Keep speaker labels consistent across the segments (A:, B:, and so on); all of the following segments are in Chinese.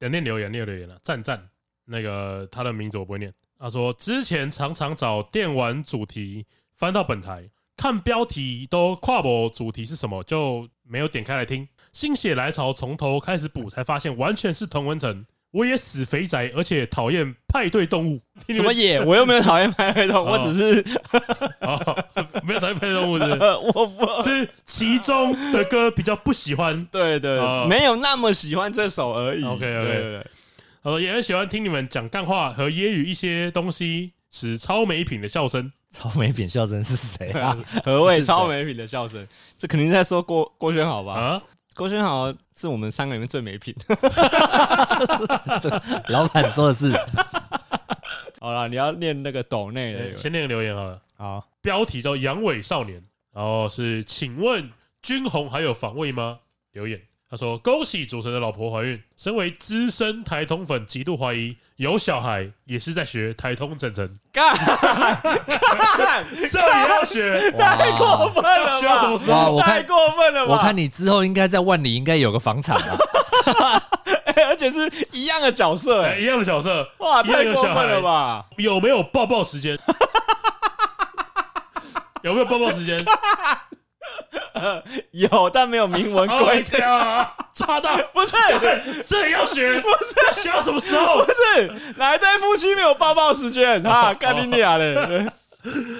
A: 有念留言，念留言了、赞赞，那个他的名字我不会念。他说之前常常找电玩主题翻到本台，看标题都跨博主题是什么，就没有点开来听。心血来潮从头开始补，才发现完全是同文层。我也死肥宅，而且讨厌派对动物。听你
B: 什么
A: 们
B: 野？我又没有讨厌派 对动物，
A: 哦
B: 我只是 呃
A: 哦，没有讨厌派对动物是不是
B: 我不
A: 是其中的歌比较不喜欢。
B: 对对
A: 哦
B: 对，没有那么喜欢这首而已。
A: OK，OK
B: 对对对
A: 呃，也很喜欢听你们讲干话和揶揄一些东西，使超没品的笑声。
C: 超美品笑声是谁啊？
B: 何谓超没品的笑声？这肯定在说郭郭轩豪吧？
A: 啊，
B: 郭轩豪是我们三个里面最没品。
C: 老板说 的是。
B: 好了，你要念那个抖内的有没有
A: 哎先念个留言好了，
B: 好，
A: 标题叫“阳痿少年”，然后是“请问军红还有防卫吗？”留言他说：“恭喜主持人的老婆怀孕，身为资深台通粉，极度怀疑有小孩也是在学台通整 整，
B: 干干，
A: 这也要学
C: 哇
B: 太过分了
A: 需要什
B: 吧
A: 么？时
C: 哇！
A: 候？
C: 我
B: 太
C: 看
B: 过分了吧？
C: 我看你之后应该在万里应该有个房产吧？
B: 哎而且是一样的角色，
A: 哎
B: 哎，
A: 一样的角色，
B: 哇，
A: 一样
B: 太
A: 有
B: 过
A: 小
B: 分
A: 孩
B: 了吧？
A: 有没有抱抱时 间？有没有抱抱时间？
B: 有，但没有明文
A: 哦
B: 规
A: 一
B: 定，
A: 定啊！抓 到，
B: 不是。
A: 这也要学，不是学到什么时候？
B: 不是哪一对夫妻没有抱抱时间啊？干你俩嘞！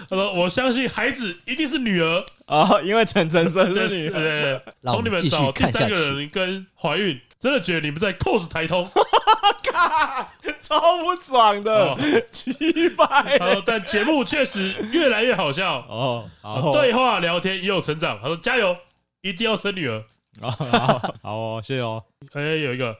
A: 他说：“我相信孩子一定是女儿。
B: 哦，因为晨晨 生
A: 对”
B: 日
A: 是
B: 你，
A: 对，
C: 呃让我
A: 从你
C: 们
A: 们
C: 继续
A: 找第
C: 看
A: 三
C: 下
A: 个
C: 去
A: 人跟怀孕，真的觉得你们在 cos 台 通。
B: 超不爽
C: 嗯
B: 的
A: 哦，
B: 奇葩
A: 他说：“但节目确实越来越好笑，
B: 哦，好，
A: 对话聊天也有成长。”他说：“加油，一定要生女儿。
B: 好，好好哦，谢谢哦。”
A: 哎，有一个，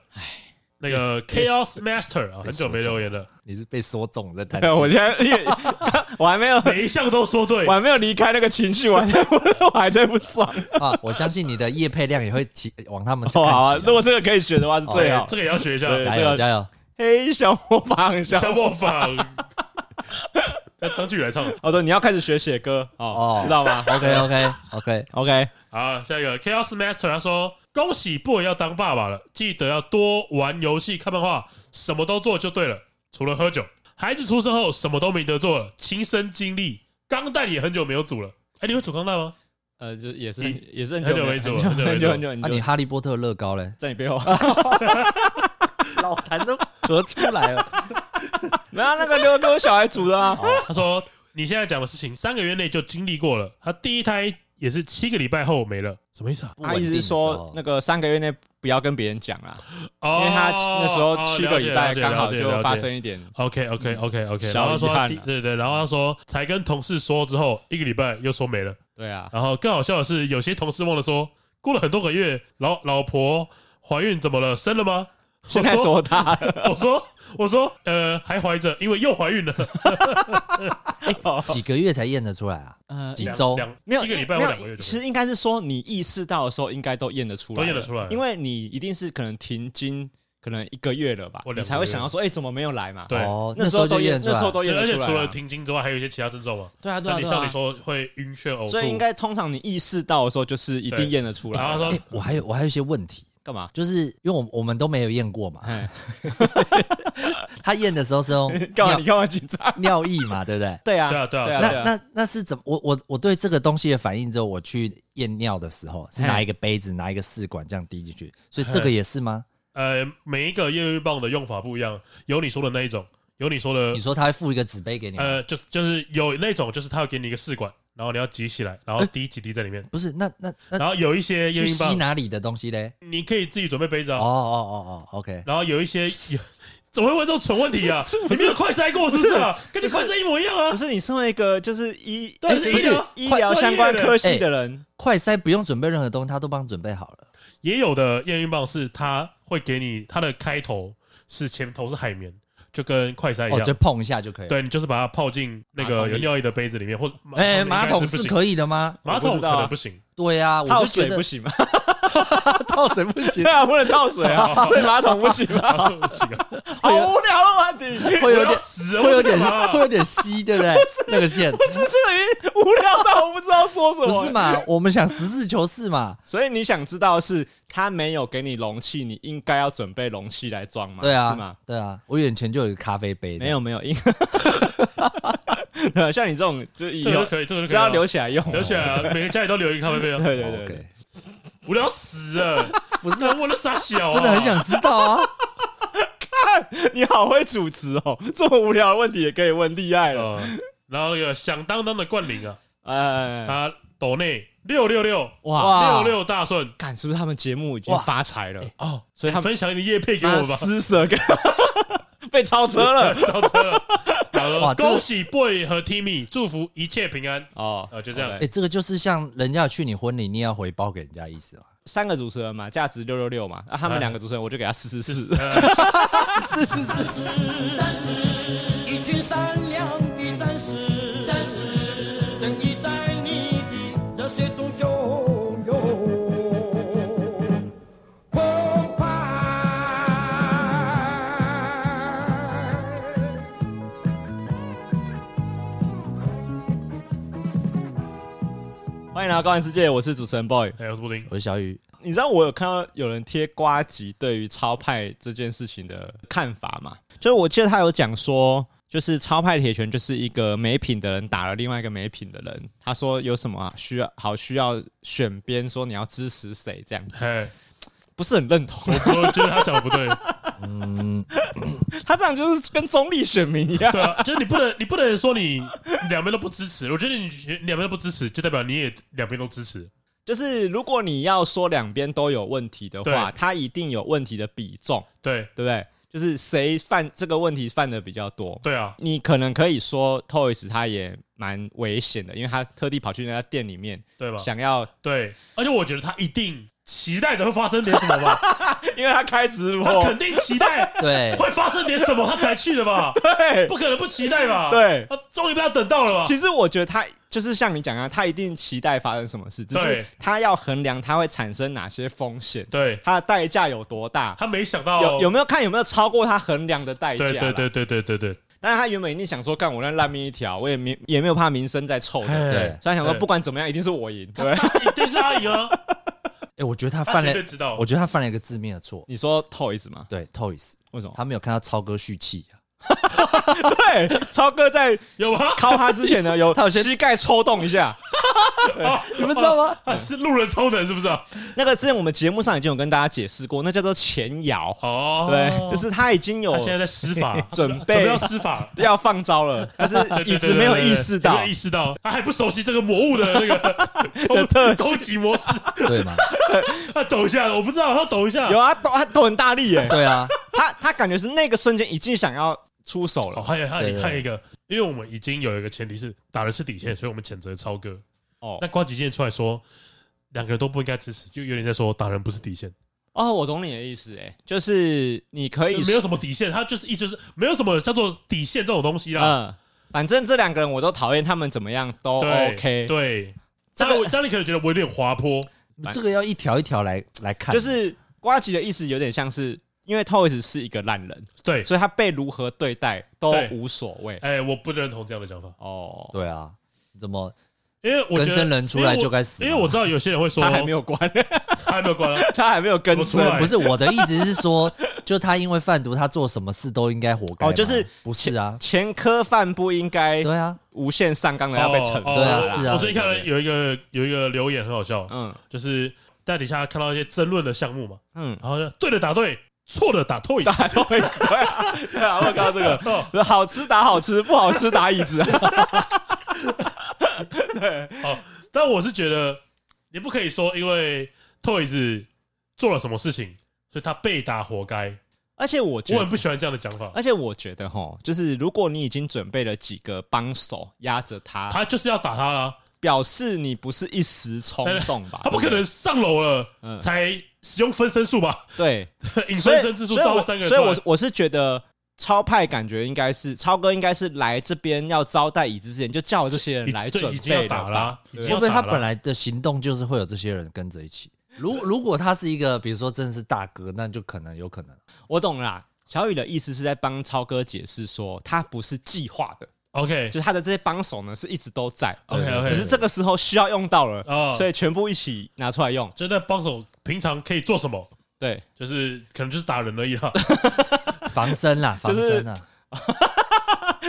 A: 那个 Chaos Master 啊，很久没留言了，
C: 你是被说中在叹
B: 对哎我
C: 气？
B: 现在因为 我还没有，
A: 每一项都说对
B: 我。还没有离开那个情绪，我还在我还在不爽。
C: 啊，我相信你的业配量也会起 往他们去
B: 哦，好啊，
C: 看齐
B: 如
C: 啊。
B: 果这个可以选的话是最好。
A: 哦哎这个也要学一下。
B: 对
C: 加
B: 这
C: 油
B: 个
C: 加油！
B: 黑小模仿小
A: 小，模仿。 那张继宇来唱
B: 我哦说你要开始学写歌哦
C: 哦，
B: 知道吗
C: OK OK OK，
B: ？OK，
A: 好，下一个 Chaos Master 他说：“恭喜 boy 要当爸爸了，记得要多玩游戏、看漫画，什么都做就对了，除了喝酒。孩子出生后什么都没得做了，亲身经历。钢蛋也很久没有煮了。哎、你会煮钢蛋吗？
B: 呃，就也是
A: 你
B: 也是很
A: 很久
B: 久
A: 没做
B: 很久
A: 很久没
B: 很久
A: 做
B: 很久很
C: 啊，你
B: 久，
C: 哈利波特乐高嘞？
B: 在你背后。
C: 老痰都咳出来了。
B: 没有啊那个留给我小孩煮 的啊。
A: 他说：“你现在讲的事情，三个月内就经历过了。他第一胎也是七个礼拜后没了，什么意思啊？
C: 不
B: 他
C: 稳
B: 意思
C: 定
B: 是
C: 的时
B: 说
C: 候，
B: 那个三个月内不要跟别人讲啦，因
A: 哦
B: 为他那时候七个礼拜刚
A: 哦
B: 好就发。
A: 了解了解了解
B: 生一点。
A: OK OK OK OK，
B: 小
A: 然后他说
B: 遗
A: 他
B: 憾
A: 第
B: 啊
A: 对对，然后他说才跟同事说之后，一个礼拜又说没了。
B: 对啊，
A: 然后更好笑的是，有些同事忘了说，过了很多个月，老老婆怀孕怎么了？生了吗？
B: 现在
A: 我说
B: 多大了？
A: 我说我说呃还怀着，因为又怀孕了，
C: 几个月才验得出来啊？
B: 呃
C: 几
A: 两
C: 周
A: 两
B: 没有
A: 一个礼拜
B: 没
A: 或两个
B: 有，
A: 月就
B: 其实应该是说你意识到的时候，应该都验得出来，
A: 都验得出来
B: 因为你一定是可能停经，可能一个月了吧
A: 或，两个月
B: 你才会想到说，哎，怎么没有来嘛？
A: 对
C: 哦，
B: 那时候
C: 候就
B: 都验
C: 验，出
B: 那
C: 来。
B: 时候都
A: 对
B: 验
A: 而
B: 得
A: 且
B: 出来啊。
A: 除了停经之外，还有一些其他症状嘛。
B: 对啊，对
A: 那
B: 啊，
A: 你
B: 对
A: 像你
B: 啊。
A: 说会晕血、呕
B: 所以应
A: 吐，
B: 该通常你意识到的时候，就是一
A: 对
B: 定验得出来
A: 然
B: 啊。
A: 后他
C: 哎
A: 说
C: 我还有我还有一些问题，
B: 干嘛？
C: 就是因为我我们都没有验过嘛，
B: 哎，
C: 他验的时候是用
B: 干嘛？
C: 尿
B: 你干嘛紧张？
C: 尿液嘛，对不对？
B: 对啊，
A: 对啊对啊
B: 对啊，对
C: 那
B: 啊
C: 那那是怎么？我我我对这个东西的反应之后，我去验尿的时候是
B: 嘿
C: 拿一个杯子，拿一个试管这样滴进去，所以这个
A: 嘿
C: 也是吗？
A: 呃每一个验孕棒的用法不一样，有你说的那一种，有你说的
C: 你说他会付一个纸杯给你吗？
A: 呃就是就是有那种就是他要给你一个试管，然后你要挤起来，然后滴几滴在里面，
C: 不是，那那哎那
A: 然后有一些验
C: 去
A: 孕
C: 吸
A: 棒
C: 哪里的东西嘞？
A: 你可以自己准备杯子
C: 哦
A: 啊。
C: 哦哦哦，OK，
A: 然后有一些有，怎么会问这种蠢问题 啊
B: 是？不
A: 你
B: 是
A: 没有快筛过是不是啊？跟你快筛一模一样啊
B: 不！是你身为一个就是医
A: 对
B: 就是
A: 不是啊
B: 医疗医疗相关科系的人，
C: 快塞不用准备任何东西，他都帮你准备好了。
A: 也有的验孕棒是它会给你它的开头是前头是海绵，就跟快筛一
C: 哦，就
A: 样。
C: 碰一下就可以了。
A: 对，你就是把它泡进那
B: 马
A: 个
B: 桶里
A: 有尿液的杯子里面，或者
C: 哎，马桶
A: 是不
C: 是
A: 行，
C: 可以的吗？
A: 马
B: 我不
A: 桶
B: 知
A: 可
B: 道啊
A: 能不行。
C: 对呀，
B: 泡
C: 哎 我就觉
B: 水
C: 得
B: 不行吗？
C: 倒水不行
B: 对，啊，不能倒水 啊，所以马桶不行啊，
A: 啊不行啊
B: 好无聊的话题。
C: 会有
A: 我要
C: 点
A: 死了，
C: 会有点
A: 我干嘛
C: 会有点稀，对 不对？那个线
B: 不是这个原因，无聊到我不知道说什么。
C: 不 是？嘛？我们想实事求是嘛？
B: 所以你想知道的是他没有给你容器，你应该要准备容器来装嘛？
C: 对
B: 是吗
C: 啊？，对啊，我眼前就有一个咖啡杯，
B: 没有没有，因 对啊像你这种就以
A: 这个
B: 后
A: 就可以，这个就可
B: 只
A: 以
B: 要
A: 啊
B: 留起来用，
A: 留起来啊，每个家里都留一个咖啡杯啊，
B: 对。对对对，
C: ，OK，
A: 无聊死了，
C: 不是
A: 这问的傻小啊，
C: 真的很想知道啊。
B: 你好会主持哦，这么无聊的问题也可以问，厉害了。
A: 呃，然后那个响当当的冠霖啊，
B: 哎，
A: 他抖内六六六
B: 哇，
A: 六六大顺
B: 看是不是他们节目已经
C: 哇
B: 发财了？
A: 哦，
B: 所以他们
A: 分享你的叶配给
B: 他
A: 我吧，
B: 施舍跟 被超车了
A: 超车了，然后说
C: 哇这个
A: 恭喜 boy 和 Timmy，祝福一切平安。
B: 哦
A: 呃就这样
B: OK
C: 哎，这个就是像人家去你婚礼，你也要回包给人家意思嘛？
B: 三个主持人嘛，价值六六六嘛，啊，他们
A: 哎
B: 两个主持人我就给他四四四。
A: 呃
C: 是是是，
D: 战士，一群善良的战士，战士，正义在你的热血中汹涌澎湃。
B: 欢迎来到高玩世界，我是主持人 boy。
A: 哎，我是布丁，
C: 我是小雨，
B: 你知道我有看到有人贴瓜吉对于超派这件事情的看法嘛？就是我记得他有讲说，就是超派铁拳就是一个没品的人打了另外一个没品的人，他说有什么、啊、需要好需要选边说你要支持谁这样子，
A: 哎，
B: 不是很认同
A: 我。我觉得他讲得不对，
C: 嗯，
B: 他这样就是跟中立选民一样
A: 对。啊，就是你不能你不能说你两边都不支持，我觉得你两边都不支持，就代表你也两边都支持，
B: 就是如果你要说两边都有问题的话，
A: 对
B: 他一定有问题的比重，
A: 对
B: 对不对？就是谁犯这个问题犯的比较多，
A: 对啊，
B: 你可能可以说 Toys 他也蛮危险的，因为他特地跑去那家店里面，
A: 对吧？
B: 想要，
A: 对，而且我觉得他一定期待着会发生点什么吧，
B: 因为他开直
A: 他
B: 播，
A: 肯定期待
C: 对，
A: 会发生点什么，他才去的吧？
B: 对
A: 不可能不期待吧？，
B: 对。
A: 他终于被他等到了吧？
B: 其实我觉得他就是像你讲啊，他一定期待发生什么事，只是
A: 对
B: 他要衡量他会产生哪些风险，
A: 对，
B: 他的代价有多大，
A: 他没想到
B: 有有没有看有没有超过他衡量的代价？
A: 对对。对对对对对，
B: 但是他原本一定想说，干我那烂命一条，我也没也没有怕名声再臭的，
A: 哎
C: 对，
B: 所以他想说
A: 对
B: 不管怎么样，一定是 我赢，对不对。
A: 就是阿姨 啊，
C: 哎，我觉得他
A: 他
C: 犯
A: 绝
C: 了
A: 对，知道
C: 我。觉得他犯了一个致命的错。
B: 你说 Toys 吗？
C: 对，Toys，
B: 为什么？
C: 他没有看到超哥蓄气啊，
B: 对，超哥在
A: 有吗？
B: 敲他之 前呢，有
C: 他有先
B: 膝盖抽动一下。
C: 你们知道吗？
B: 嗯
A: 啊是路人超能是不是啊？
B: 那个之前我们节目上已经有跟大家解释过，那叫做前摇，
A: 哦，
B: 对，就是他已经有
A: 他现在在施 法，
B: 准备
A: 备要施法，
B: 要放招 了，但是
A: 对对
B: 啊
A: 对
B: 一直没有
A: 对对
B: 意
A: 对
B: 识到
A: 没有意识到，他还不熟悉这个魔物的那个
B: 的特性
A: 攻击模式。
C: 对吗？
A: 他抖一下，我不知道，他抖一下，
B: 有啊，抖他抖很大力耶，
C: 对啊，
B: 他他感觉是那个瞬间已经想要出手
A: 哦，
B: 了。
A: 还有还
C: 对
A: 有
C: 对
A: 还有一个，因为我们已经有一个前提是打的是底线，所以我们谴责超哥。
B: 哦
A: 那瓜吉今天出来说，两个人都不应该支持，就有点在说打人不是底线，
B: 哦，我懂你的意思，哎，就是你可以
A: 就没有什么底线，他就是意思就是没有什么叫做底线这种东西啦。
B: 嗯，反正这两个人我都讨厌，他们怎么样都
A: 对
B: OK，
A: 对。
B: 这
A: 当
B: 个
A: 然，当然可能觉得我有点滑坡，
C: 这个要一条一条来来看，
B: 就是瓜吉的意思有点像是。因为 Toys 是一个烂人，
A: 对，
B: 所以他被如何对待都
A: 对
B: 无所谓。
A: 哎，我不认同这样的讲法，
B: 哦，
C: 对啊，怎么
A: 因为我
C: 跟
A: 觉
C: 生
A: 得
C: 人出来就该死
A: 因
C: 吗？
A: 为我知道有些人会说
B: 他还没有关，
A: 他还没有关啊，
B: 他还没有更
A: 我哦出
B: 生。
A: 来
C: 不是我的意思是说，就他因为贩毒，他做什么事都应该活该吗。
B: 哦就是
C: 不是啊？
B: 前科犯不应该
C: 对啊，
B: 无限上纲的要被惩
A: 哦
B: 罚。
A: 哦
C: 对啊
A: 我
C: 是啊
A: 我最近看了有一个有一个留言很好笑，
B: 嗯
A: 就是在底下看到一些争论的项目嘛，
B: 嗯，
A: 然后就对的打对，错的打哦错一
B: 大家都会对啊，对啊，我有看到这个，就是好吃打好吃，不好吃打椅子。啊
A: 但我是觉得你不可以说因为 Toys 做了什么事情，所以他被打活该。
B: 而且我觉
A: 我很
B: 得，
A: 不喜欢这样的讲法，
B: 而且我觉得哈，就是如果你已经准备了几个帮手压着他，
A: 他就是要打他啦，
B: 表示你不是一时冲动吧？
A: 他不可能上楼了
B: 嗯
A: 才使用分身术 吧？
B: 对，
A: 引
B: 所以
A: 分身之术
B: 所以
A: 召
B: 我
A: 唤三个人
B: 所以
A: 出
B: 我
A: 来
B: 是，我是觉得超派感觉应该是超哥应该是来这边要招待椅子之前就叫这些人来
A: 已对
B: 准
A: 已经
B: 备
A: 要
B: 了
A: 打
B: 吧。
A: 啦，已经
C: 会
A: 要
C: 不会
A: 打
C: 他本
A: 啦。
C: 来的行动就是会有这些人跟着一起？如如果他是一个，比如说真的是大哥，那就可能 有可能。
B: 我懂了啦。小雨的意思是在帮超哥解释说，他不是计划的，
A: OK
B: 就是他的这些帮手呢是一直都在，
A: OK OK，
B: 只是这个时候需要用到了，
A: 哦
B: 所以全部一起拿出来用。
A: 就在帮手平常可以做什么，
B: 对，
A: 就是可能就是打人而已啦。
C: 防 身啦，防身啦，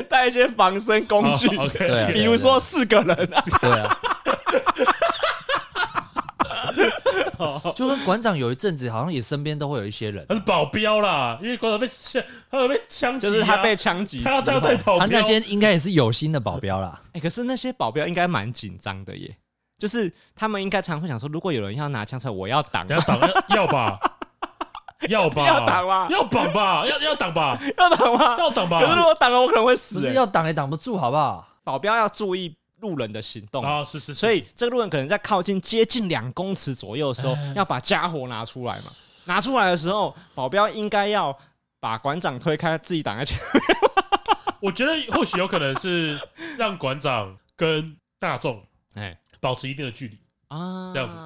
B: 带一些防身 工具，
A: 哦 OK，
C: 对啊
B: 比如说四个人、啊，
C: 对 啊。就跟馆长有一阵子，好像也身边都会有一些人
A: 他，是保镖啦，因为馆长被枪，他有被枪击啊，
B: 就是他被枪击之
A: 他要他要
B: 后，
A: 带
B: 哎、
A: 保镖，
C: 他那些应该也是有心的保镖啦。
B: 欸可是那些保镖应该蛮紧张的耶，就是他们应该常会想说，如果有人要拿枪出来，我要挡
A: 你
B: 啊，
A: 要挡要要吧， 要吧，
B: 要挡吧
A: 要绑吧，要要挡吧，
B: 要挡吗？
A: 要挡吧
B: 可。是如果挡了，我可能会
C: 不
B: 死、
C: 是
B: 哎
C: 要挡也挡不住，好不好？
B: 保镖要注意路人的行动。
A: 啊，是是，是
B: 所以这个路人可能在靠近接近两公尺左右的时候，要把家伙拿出来嘛。拿出来的时候，保镖应该要把馆长推开，自己挡在前面。
A: 我觉得或许有可能是让馆长跟大众
B: 哎
A: 保持一定的距离，
B: 啊，
A: 这样子
B: 子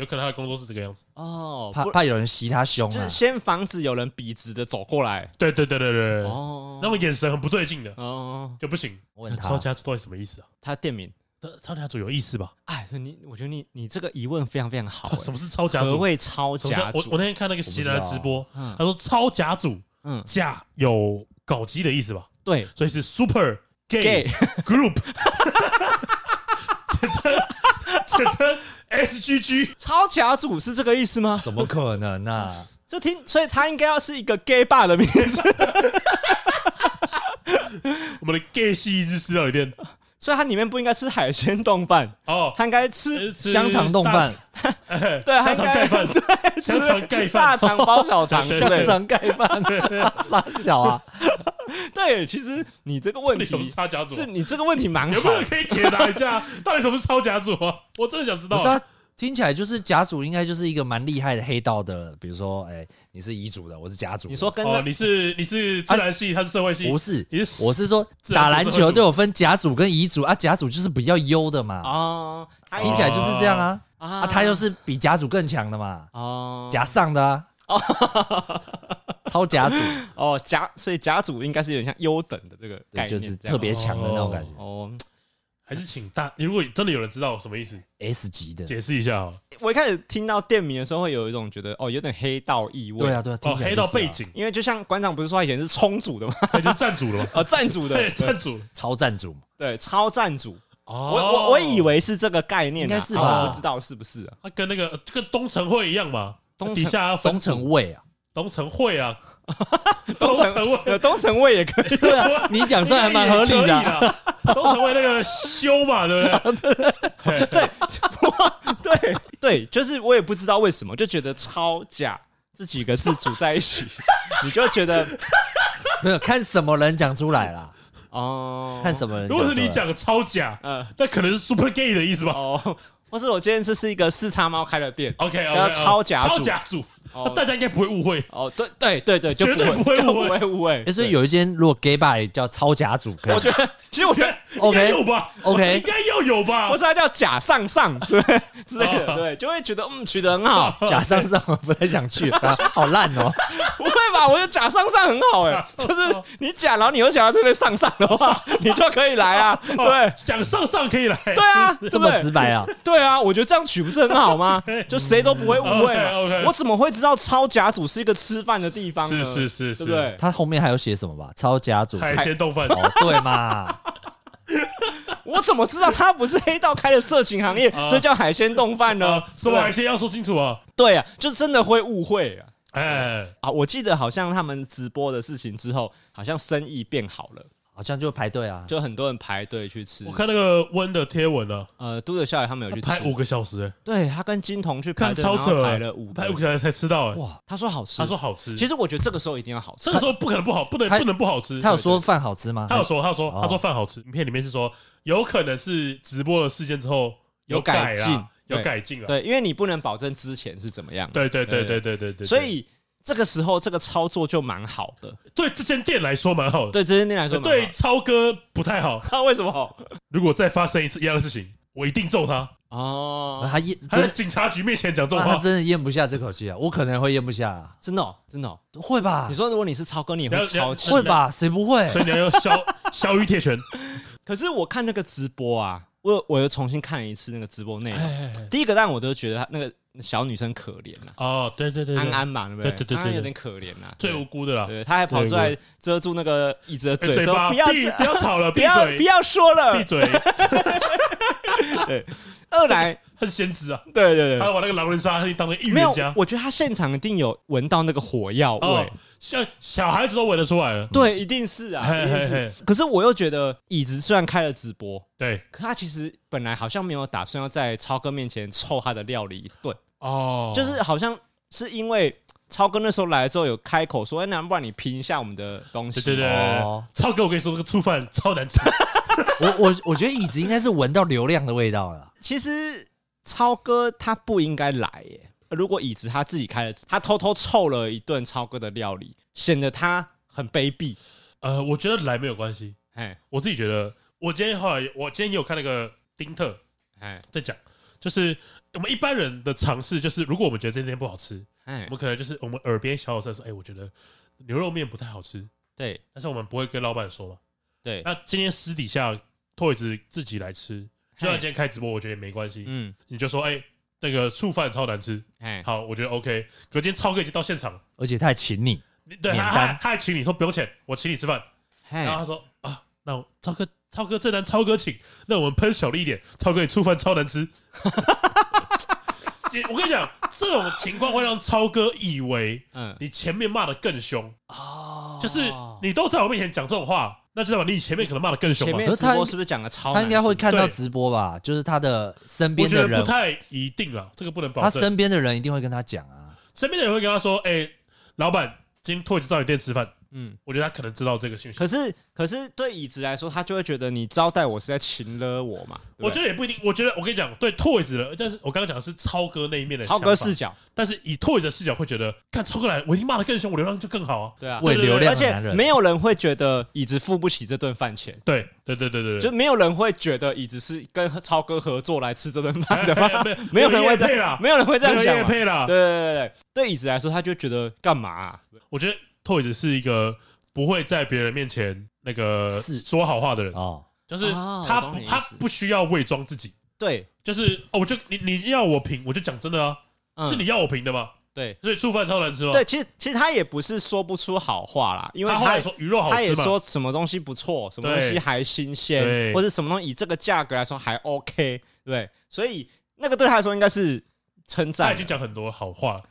A: 有可能他的工作是这个样子。
B: 哦，
C: 怕
B: 不
C: 怕有人袭他胸
B: 就
C: 啊
B: 是！先防止有人笔直的走过来。
A: 对对对对对，对
B: 哦
A: 那种眼神很不对劲的
B: 哦，
A: 就不行。
C: 我问他
A: 抄家族到底什么意思啊？
B: 他店名。
A: 他抄家族有意思吧？
B: 哎，这你我觉得你你这个疑问非常非常好
A: 他。
B: 哎
A: 什么是抄家
B: 何
A: 族？
B: 谓超
A: 什么叫
B: 家
A: 我我
B: 族？
A: 那天看那个西南的直播，
B: 嗯
A: 他说抄家族
B: 嗯，
A: 甲有搞基的意思吧？
B: 对
A: 所以是 Super
B: ，gay
A: Gay Group，简称简称 SGG。
B: 超家族是这个意思吗？
C: 怎么可能 啊？
B: 这听，所以他应该要是一个 gay bar 的名字，
A: 我们的 Gay 系一日饲料店
B: 所以它里面不应该吃海鲜冻饭，
A: 哦，
B: 它应该吃
A: 吃
C: 香肠冻饭，
A: 哎
B: 对它
A: 香
B: 应
A: 肠
B: 该
A: 盖饭， 香 肠盖饭
B: 大肠包小肠之
C: 香
B: 类的。
C: 肠盖 饭，傻小啊！
B: 对，其实你这个问
A: 到底什么是
B: 题，
A: 抄家族
B: 这
A: 啊？
B: 你这个问题蛮
A: 有
B: 好
A: 没有。 人可以解答一下，到底什么是抄家族啊？我真的想知道
C: 不。是啊，听起来就是甲组应该就是一个蛮厉害的黑道的，比如说，哎，你是乙组的，我是甲组的。
B: 你说跟
A: 哦，
B: 那
A: 你是你是自然系，他是社会系
C: 不，是？
A: 你是
C: 我是说
A: 自然
C: 打
A: 组
C: 篮
A: 社会
C: 球
A: 组
C: 都有分甲组跟乙组啊，甲组就是比较优的嘛，
B: 哦，他
C: 听起来就是这样啊。
B: 啊
C: 啊，他又是比甲组更强的嘛，
B: 哦
C: 甲上的啊， 超甲组，
B: 哦甲，所以甲组应该是有点像优等的这个概
C: 对，就
B: 念，
C: 是
B: 这样
C: 特别强的那种感觉
B: 哦。
A: 还是请大？如果真的有人知道什么意思，
C: ，S 级的。
A: 解释一下哦。
B: 我一开始听到店名的时候，会有一种觉得哦，有点黑道意味。
C: 对，啊，对啊，
A: 哦，
C: 听起来
A: 黑
C: 就
A: 道
C: 是啊
A: 背景，
B: 因为就像馆长不是说他以前是冲组的吗？？
A: 他已经站主了嘛
B: 呃，站组的，
A: 对，
B: 对
A: 站主了。
C: 超赞组嘛，
B: 对，超站组。
A: 哦
B: 我我我以为是这个概念、啊，
C: 应该是
B: 啊
C: 吧
B: 我不知道是不是、啊。
A: 他跟那个就跟东城会一样嘛，
B: 东
A: 底
B: 城
A: 下要分
C: 东城卫啊，
A: 东城会啊，
B: 东城
A: 城会
B: 呃，东城卫也可以，
C: 对啊，你讲 这还蛮合理
A: 应
C: 的
A: 该也可
C: 啊，
A: 以啦。东城会那个修嘛，对不 对？嘿
B: 对 对，就是我也不知道为什么，就觉得超假这几个字组在一起， 你就觉 得
C: 没有看什么人讲出来啦，
B: 哦，
C: 看什么人。
A: 如果是你，讲超假，
B: 嗯
A: 那可能是 Super Gay 的意思吧
B: 哦，或是我今天这是一个四叉猫开的店，
A: ？OK，
B: 叫超甲组
A: 超甲组，
B: 哦
A: 那大家应该不会误会。
B: 哦，对对对对，就
A: 绝对
B: 不
A: 不会
B: 就
A: 误会
B: 会误会
C: 哎，。所以有一间如果 gay bar 也叫超甲组，可以
B: 我觉得，其实我 觉得，
A: 应
C: OK
A: 该有吧
C: OK
A: 应该要有吧
B: 或？是他叫假上上，对之类的，
A: 哦
B: 对，就会觉得嗯取得很好，
C: 假上上我不太 想去，啊好烂哦。
B: 不会吧？我觉得假上上很 好哎、
A: 假上上
B: 就是你假，然后你又想要这边上上的 话，你就可以来啊，对。
A: 哦想上上可以来。
B: 对 啊，对
C: 这
B: 不
C: 么
B: 对
C: 直？白啊？
B: 对啊，我觉得这样取不是很好吗？就谁都不会误会嘛。
A: 嗯 OK，OK
B: 我怎么会知道超甲组是一个吃饭的地方呢？
A: 是是是
B: 对
A: 是，
B: 不对？
C: 他后面还有写什么吧？超甲组，
A: 海鲜冻饭
C: 哦，对嘛，
B: 我怎么知道他不是黑道开的色情行业，
A: 啊
B: 所以叫海鲜冻饭呢
A: 啊？，
B: 是
A: 什么海鲜要说清楚啊？
B: 对啊，就真的会误会啊！
A: 哎，
B: 啊，我记得好像他们直播的事情之后，好像生意变好了，
C: 好像就排队啊。
B: 就很多人排队去吃
A: 我。看那个温的贴文了，
B: 呃，都德笑也他们有去
A: 拍
B: 吃
A: 五，个小时，哎
B: 对他跟金童去排
A: 看
B: 队，
A: 超
B: 然后
A: 扯，
B: 排了五
A: 拍五
B: 个，
A: 个小时才吃到，哎，
C: 哇，
B: 他说好吃，
A: 他说好吃，
B: 其实我觉得这个时候一定要好吃
A: 这个。时候不可能不好，不能
C: 他
A: 不能不好吃。
C: 他有说饭好吃吗？
A: 他有说，他有说，
C: 哦
A: 他说饭好吃。影片里面是说，有可能是直播的事件之后
B: 有
A: 改
B: 改进
A: 啦，有
B: 对
A: 改进了。
B: 对，因为你不能保证之前是怎么样，
A: 对对对
B: 对
A: 对对对对，
B: 所以这个时候这个操作就蛮好的，
A: 对这间店来说蛮好的，
B: 对这些店来说蛮好
A: 对，超哥不太好。
B: 那为什么？
A: 如果再发生一次一样的事情，我一定揍他。
B: 哦，
C: 他咽
A: 他在
C: 真
A: 警察局面前讲这种
B: 啊
C: 他
A: 话，
C: 真的咽不下这口气啊，我可能会咽不下啊，
B: 真的哦真的哦。
C: 会吧
B: 你？说如果你是超哥，你也
A: 啊了
B: 会
A: 了
B: 超气。
C: 会吧？谁不会？
A: 所以你要用 消消鱼铁拳。
B: 可是我看那个直播啊，我我又重新看了一次那个直播内
A: 哎
B: 容。第一个，但我都觉得她那个小女生可怜啊，
A: 哦，对对对，对
B: 安安嘛，对不对？
A: 对对对对
B: 安安有
A: 对
B: 点可怜啊，
A: 最无辜的啦，
B: 对，她还跑出来遮住那个椅子的
A: 哎
B: 嘴，
A: 嘴
B: 说
A: 巴
B: 不要
A: 闭不要吵了，
B: 不
A: 闭
B: 要
A: 嘴
B: 不要说了
A: 闭。嘴，
B: 二来，
A: 他是先知啊，
B: 对对
A: 他
B: 对，
A: 把那个狼人杀他当成预
B: 没有
A: 言家，，
B: 我觉得她现场一定有闻到那个火药
A: 哦
B: 味，，
A: 像小孩子都闻得出来了，
B: 对，一定是啊，
A: 嘿
B: 一定
A: 嘿
B: 是
A: 嘿。
B: 可是我又觉得椅子虽然开了直播，
A: 对
B: 可他其实本来好像没有打算要在超哥面前臭他的料理一顿，
A: 哦，
B: 就是好像是因为超哥那时候来之后有开口说，哎，那不然你评一下我们的东西，
A: 对对对
C: 哦，
A: 超哥，我跟你说，这个醋饭超难吃，
C: 我我我觉得椅子应该是闻到流量的味道了。
B: 其实超哥他不应该来耶。如果椅子他自己开了，他偷偷臭了一顿超哥的料理，显得他很卑鄙。
A: 呃，我觉得来没有关系，
B: 哎
A: 我自己觉得，我今天后来，我今天也有看那个丁特
B: 哎
A: 在讲，就是我们一般人的尝试，就是如果我们觉得这间不好吃，我
B: 哎
A: 们，可能就是我们耳边小小声说，哎，我觉得牛肉面不太好吃，
B: 对
A: 但是我们不会跟老板说嘛。
B: 对，
A: 那今天私底下 Toys 自己来吃，就算今天开直播，我觉得也没关系，
B: 嗯
A: 你就说，哎，那个醋饭超难吃，
B: 哎
A: 好，我觉得 OK。可今天超哥已经到现场了，
C: 而且他还请你，
A: 你对，
C: 免
A: 他
C: 单
A: 他他还请你说不用钱，我请你吃饭。然后
B: 哎
A: 他说啊，那我超哥，超哥这单超哥请，那我们喷小力一点，超哥你醋饭超难吃。 你我跟你讲，这种情况会让超哥以为
B: 嗯
A: 你前面骂的更凶，
B: 哦
A: 就是你都在我面前讲这种话，那就代表你前面可能骂的更凶
B: 前
A: 嘛。
B: 面直播是不是讲的超难？
C: 他应该会看到
A: 对
C: 直播吧？就是他的身
A: 我
C: 边
A: 觉
C: 的
A: 得
C: 人
A: 不，太一定了，这个不能保
C: 他
A: 证。
C: 身边的人一定会跟他讲啊。
A: 身边的人会跟他说：“哎，老板，今天兔子到你店吃饭。
B: 嗯。”
A: 我觉得他可能知道这个讯息。
B: 可是，可是对椅子来说，他就会觉得你招待我是在情勒我嘛。
A: 我觉
B: 得
A: 得也不一定，我觉得我跟你讲，对 Toys 的，但是我刚刚讲的是超哥那一面的
B: 超哥
A: 想法
B: 视角，
A: 但是以 Toys 的视角会觉得，看超哥来，我一定骂的更凶，我流量就更好啊。
B: 对啊，
C: 为
A: 对对对
C: 流
B: 而
C: 量的
B: 且
C: 男人，
B: 没有人会觉得椅子付不起这顿饭钱，
A: 对对对对对
B: 就
A: 对，
B: 没有人会觉得椅子是跟超哥合作来吃这顿饭的
A: 哎
B: 吧？
A: 没有
B: 没有人会
A: 业
B: 这
A: 配
B: 样，
A: 啦，
B: 没有人会这样
A: 没有
B: 想
A: 业
B: 嘛。
A: 配啦
B: 对对。对对，对椅子来说，他就觉得干嘛啊？
A: 我觉得 Toys 是一个不会在别人面前那个
C: 是
A: 说好话的人，
C: 哦，
A: 就是
B: 哦
A: 他
B: 啊我懂
A: 不
B: 你意
A: 他
B: 思
A: 不需要伪装自己，
B: 对，
A: 就是哦，我就你你要我评，我就讲真的啊，
B: 嗯
A: 是你要我评的嘛，
B: 对
A: 所以醋饭超难吃哦。
B: 对，其实其实他也不是说不出好话啦，因为
A: 他后
B: 他
A: 来说鱼肉好
B: 他
A: 吃
B: 也
A: 嘛，
B: 说什么东西不错，什么
A: 对
B: 东西还新鲜，
A: 对
B: 或者什么东西以这个价格来说还 OK，对不对，所以那个对他来说应该是称
A: 他
B: 赞
A: 已经
B: 了，
A: 讲很多好话了，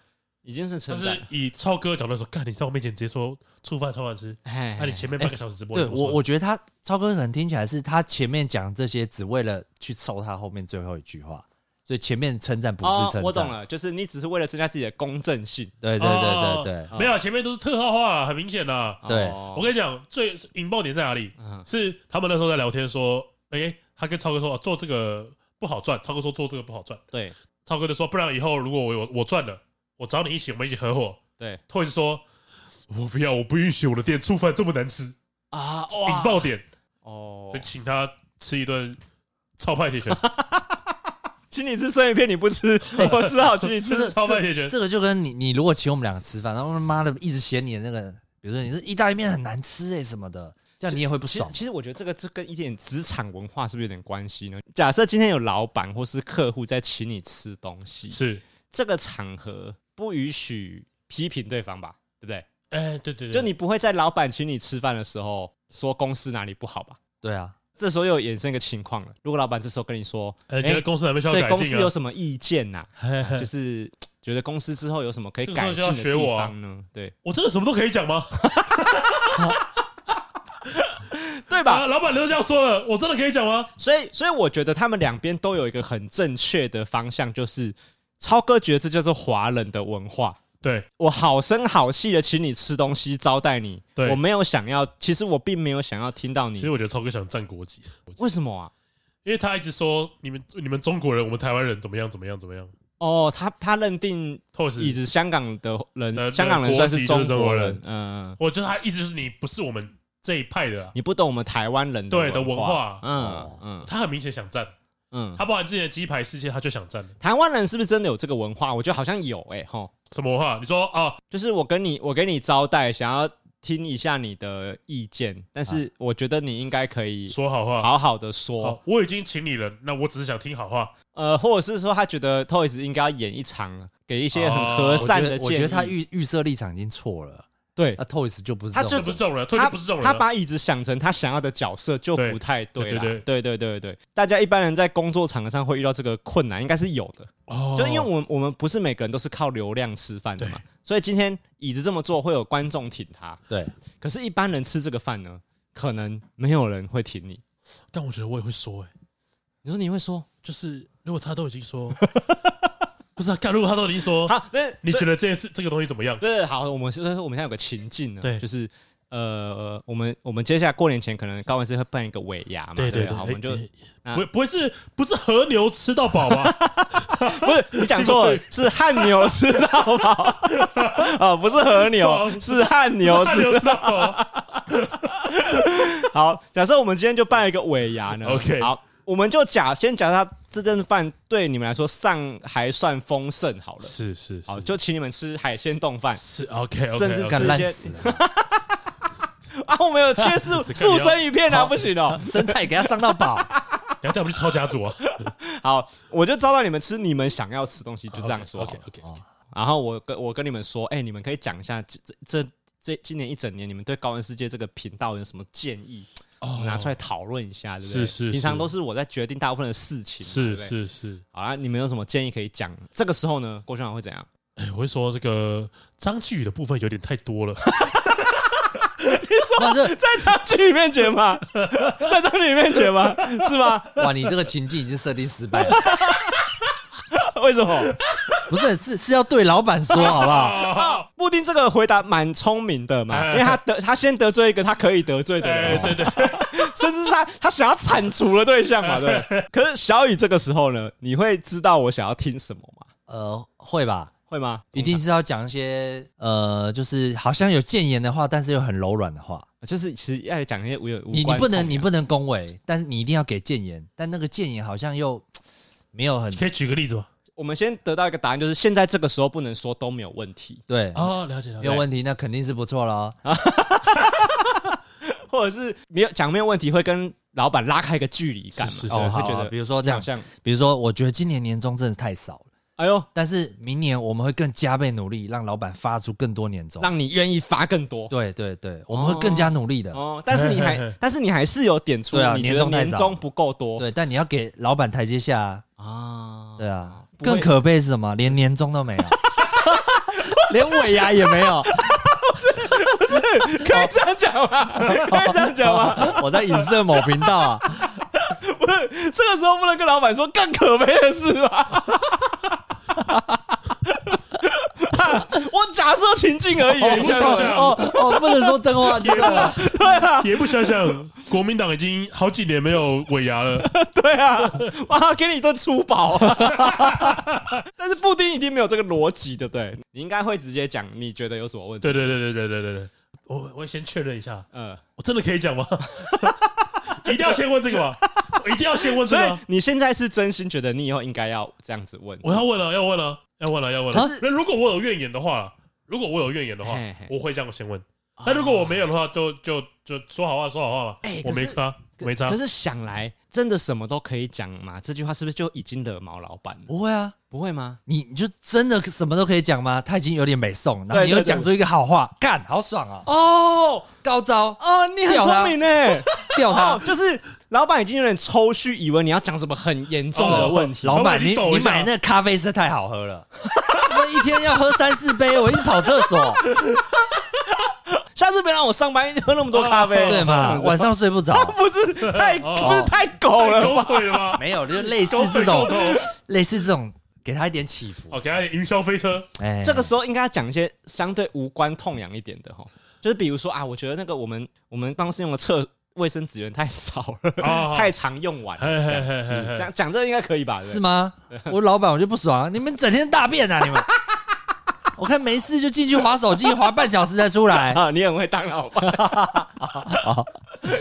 B: 已经是
A: 但
B: 称赞
A: 是
B: 了。
A: 以超哥的角度来说，看你在我面前直接说醋饭超难吃，啊
B: 哎
A: 那你前面半个小时直播你
C: 对
A: 怎么说，
C: 我我觉得他超哥可能听起来是他前面讲这些，只为了去凑他后面最后一句话，所以前面称赞不是称
B: 哦
C: 赞，，
B: 我懂。了，就是你只是为了增加自己的公正性。
C: 对对对对 对，
A: 没有，啊前面都是特效化，很明显的。
C: 对
B: 哦
A: 我跟你讲，最引爆点在哪里？
B: 嗯
A: 是他们那时候在聊天说，哎，他跟超哥说哦做这个不好赚，超哥说做这个不好赚，
B: 对
A: 超哥就说不然以后如果我我我赚了，我找你一起，我们一起合伙。
B: 对
A: 或者说，我不要，我不允许我的店醋饭这么难吃，引
B: 啊，
A: 爆点，
B: 哦
A: 就，请他吃一顿超派铁拳，
B: 请你吃生鱼片你不吃，我只好请你 吃
C: 这
A: 超派铁拳。
C: 这个就跟你你如果请我们两个吃饭，然后他妈的一直嫌你的那个，比如说你说意大利面很难吃哎、什么的，这样你也会不
B: 其实
C: 爽，。
B: 其实我觉得这个这跟一点职场文化是不是有点关系呢？假设今天有老板或是客户在请你吃东西，
A: 是，
B: 这个场合不允许批评对方吧？对不对？
A: 哎，对对对，
B: 就你不会在老板请你吃饭的时候说公司哪里不好吧？
C: 对啊，
B: 这时候又衍生一个情况了，如果老板这时候跟你说，
A: 呃，
B: 哎
A: 觉得公司哪边需要
B: 对
A: 改
B: 公司
A: 进
B: 有
A: 啊？
B: 什么意见 呐、
A: 嘿嘿
B: 就是觉得公司之后有什么可以
A: 这个时
B: 改
A: 候就
B: 进
A: 要
B: 的
A: 学
B: 地
A: 我啊
B: 方呢？对
A: 我真的什么都可以讲吗？
B: 对吧？
A: 啊，老板都这样说了，我真的可以讲吗？
B: 所以，所以我觉得他们两边都有一个很正确的方向，就是超哥觉得这叫做华人的文化。
A: 对，
B: 我好声好气的请你吃东西，招待你，
A: 对
B: 我没有想要，其实我并没有想要听到
A: 其
B: 你
A: 实我觉得超哥想占国籍，
B: 为什么啊？
A: 因为他一直说你们你们中国人，我们台湾人怎么样怎么样怎么样，
B: 哦，他他认定
A: 或者
B: 椅
A: 是
B: 子香港的人，
A: 呃
B: 香港人算是中
A: 国籍就是中
B: 国
A: 国
B: 人
A: 人，
B: 嗯，
A: 我觉得他一直是你不是我们这一派的啊，
B: 你不懂我们台湾人的
A: 对的文化
B: 嗯
C: 哦
B: 嗯，
A: 他很明显想占，
B: 嗯，
A: 他包含之前的鸡排事件，他就想站了。
B: 台湾人是不是真的有这个文化？我觉得好像有哎、欸、吼，
A: 什么话？你说啊，
B: 就是我跟你我给你招待，想要听一下你的意见，但是我觉得你应该可以
A: 啊说哦好话。
B: 嗯好好的说，
A: 好，我已经请你了，那我只是想听好话。
B: 呃，或者是说他觉得 Toys 应该要演一场，啊给一些很
C: 我
A: 哦
B: 和
C: 觉
B: 善
C: 得
B: 的建议。
C: 我觉得他预预设立场已经错了，
B: 对
C: 那 Toys 就不是
B: 他
C: 这
A: 这不
C: 种人
A: 是这种人，退啊
B: 他
A: 就不是这种人
B: 他
A: 啊。
B: 把椅子想成他想要的角色就
A: 对
B: 不太对了。
A: 对
B: 对对对对大家一般人在工作场合上会遇到这个困难，应该是有的。
A: 哦
B: 就因为我们我们不是每个人都是靠流量吃饭的嘛，所以今天椅子这么做会有观众挺他，
C: 对，
B: 可是，一般人吃这个饭呢，可能没有人会挺你。
A: 但我觉得我也会说，哎，
B: 你说你会说
A: 就是如果他都已经 说，不是啊，干如果他都已经说，
B: 好，那
A: 你
B: 所以
A: 觉得这件事这个东西怎么样？
B: 对，好，我们是我们现在有个情境呢，
A: 对
B: 就是呃，我们我们接下来过年前可能高文是会办一个尾牙嘛，对
A: 对
B: 不
A: 对，
B: 好，我们就
A: 哎哎
B: 啊
A: 不不会是不是和牛吃到饱 吧？
B: 不是你讲错了，是汗牛吃到饱 啊，不是和牛，是汗牛
A: 和
B: 吃。
A: 牛吃到饱，
B: 好，假设我们今天就办一个尾牙呢
A: OK
B: 好，我们就假先假设他这顿饭对你们来说上还算丰盛好了，
A: 是是
B: 好，
A: 是，
B: 就请你们吃海鲜冻饭。
A: 是 OK，
B: 甚至
C: 干
B: 是
C: 烂
B: 一些
C: 死了，
B: 啊，我们有切素素生鱼片啊，
C: 好
B: 不行哦、
C: 生菜给他上 到饱，
A: 你要带我们去抄家族 啊？
B: 好，我就招待你们吃你们想要吃东西，就这样说好了。
A: OK OK，
C: 哦
B: 然后我跟我跟你们说，哎、你们可以讲一下这这这这今年一整年你们对高玩世界这个频道有什么建议？
A: 哦
B: 我们拿出来讨论一下，对不对？
A: 是是是
B: 平常都是我在决定大部分的事情
A: 是
B: 嘛，对不对。
A: 是是，
B: 好啦，你们有什么建议可以讲？这个时候呢，郭轩长会怎样？
A: 哎，我会说这个张继宇的部分有点太多 了，
C: 那这
B: 在场剧里面卷吗？ 在场剧里面卷吗？是吗？
C: 哇，你这个情境已经设定失败了。
B: 为什么？
C: 不是，是是要对老板说好不好？
B: 布丁这个回答蛮聪明的嘛，
A: 哎
B: 因为他得他先得罪一个他可以得罪的
A: 哎，
B: 人嘛，
A: 对对，
B: 甚至是他他想要铲除的对象嘛，对不对。可是小雨这个时候呢，你会知道我想要听什么吗？
C: 呃，会吧，
B: 会吗？
C: 一定是要讲一些呃，就是好像有谏言的话，但是又很柔软的话。
B: 哦就是其实要讲一些无有无
C: 你你
B: 关
C: 不
B: 痛
C: 能你
B: 痒
C: 不能恭维，但是你一定要给谏言，但那个谏言好像又没有很
A: 可以举个例子吗？
B: 我们先得到一个答案，就是现在这个时候不能说都没有问题，
C: 对，
A: 哦，了解了
C: 没
A: 解
C: 有，问题，那肯定是不错了。哦
B: 哦或者是没有讲没有问题会跟老板拉开一个距离感嘛，
A: 是是
B: 对
C: 哦，
B: 会
C: 好
B: 觉
C: 啊，
B: 得
C: 比如说这
B: 好
C: 样，
B: 像
C: 比如说，我觉得今年年终真的太少了，
B: 哎呦，
C: 但是明年我们会更加倍努力，让老板发出更多年终。
B: 让你愿意发更多。
C: 对对对，我们会更加努力的。
B: 哦，但是你
A: 嘿嘿
B: 还
A: 嘿，
B: 但是你还是有点出
C: 对啊
B: 你觉得
C: 年终太
B: 年
C: 少
B: 终不够多，
C: 对，但你要给老板台阶下啊。
B: 啊，
C: 对啊，
B: 不会
C: 更可悲是什么？连年终 都没有，连尾牙也没有。
B: 可以这样讲吗？可以这样讲
A: 哦
B: 吗？
C: 我在影射某频道啊，
B: 不是，这个时候不能跟老板说更可悲的事 吧？我假设情境而已，
A: 哦
B: 你知道
A: 我不想
B: 吗？
C: 哦哦，不能说真话，真的。
A: 也不想想，国民党已经好几年没有尾牙了，
B: 对啊，哇，给你一顿粗暴、啊。 但是布丁一定没有这个逻辑，对不对？你应该会直接讲，你觉得有什么问题？
A: 对对对对对对对对，我我先确认一下，
B: 嗯、
A: 我真的可以讲吗？ 一定要先问这个吗？一定要先问这
B: 所
A: 个
B: 以
A: 吗？
B: 你现在是真心觉得你以后应该要这样子问，
A: 我要问了，要问了，要问了，要问
C: 啊
A: 了。那如果我有怨言的话，如果我有怨言的话
B: 嘿嘿，
A: 我会这样先问。那如果我没有的话，就就就说好话，说好话吧
B: 哎。
A: 我没
B: 可是
A: 差，没差
B: 可。是想来，真的什么都可以讲嘛？这句话是不是就已经惹毛老板了？
C: 不会啊，
B: 不会吗？
C: 你你就真的什么都可以讲吗？他已经有点美送，然后
B: 对
C: 你又
B: 对对
C: 讲出一个好话，干，好爽啊！
B: 哦
C: 高招，
B: 哦，你很
C: 掉他
B: 聪明呢。
C: 吊他
B: 哦，。就是老板已经有点抽蓄，以为你要讲什么很严重的问题。
A: 哦
C: 老
A: 老板
C: 板，
A: 已经
C: 你
A: 抖
C: 你
A: 一下
C: 买那咖啡是太好喝了，我一天要喝三四杯，我一直跑厕所，
B: 下次别让我上班喝那么多咖啡，
C: 哦
B: 哦
C: 对嘛？晚上睡不着，
B: 不是太
A: 哦
B: 不是太狗了
A: 狗
B: 吗？
A: 腿了吗？
C: 没有，就类似
A: 狗
C: 这
A: 腿 狗
C: 种
A: 头。
C: 类似这种，给他一点起伏。
A: 哦，给他云霄飞 车。
C: 哎，
B: 这个时候应该要讲一些相对无关痛痒一点的哈，就是比如说啊，我觉得那个我们我们办公室用的厕卫生纸源太少了，
A: 哦
B: 太常用完了，
A: 嘿
B: 这
A: 嘿
B: 样
A: 嘿
B: 是不是
A: 嘿
B: 这样讲这个应该可以吧？对不对
C: 是？吗？我老板我就不爽啊，你们整天大便啊，你们！我看没事就进去划手机，划半小时才出 来。
B: 啊，你很会当 老板，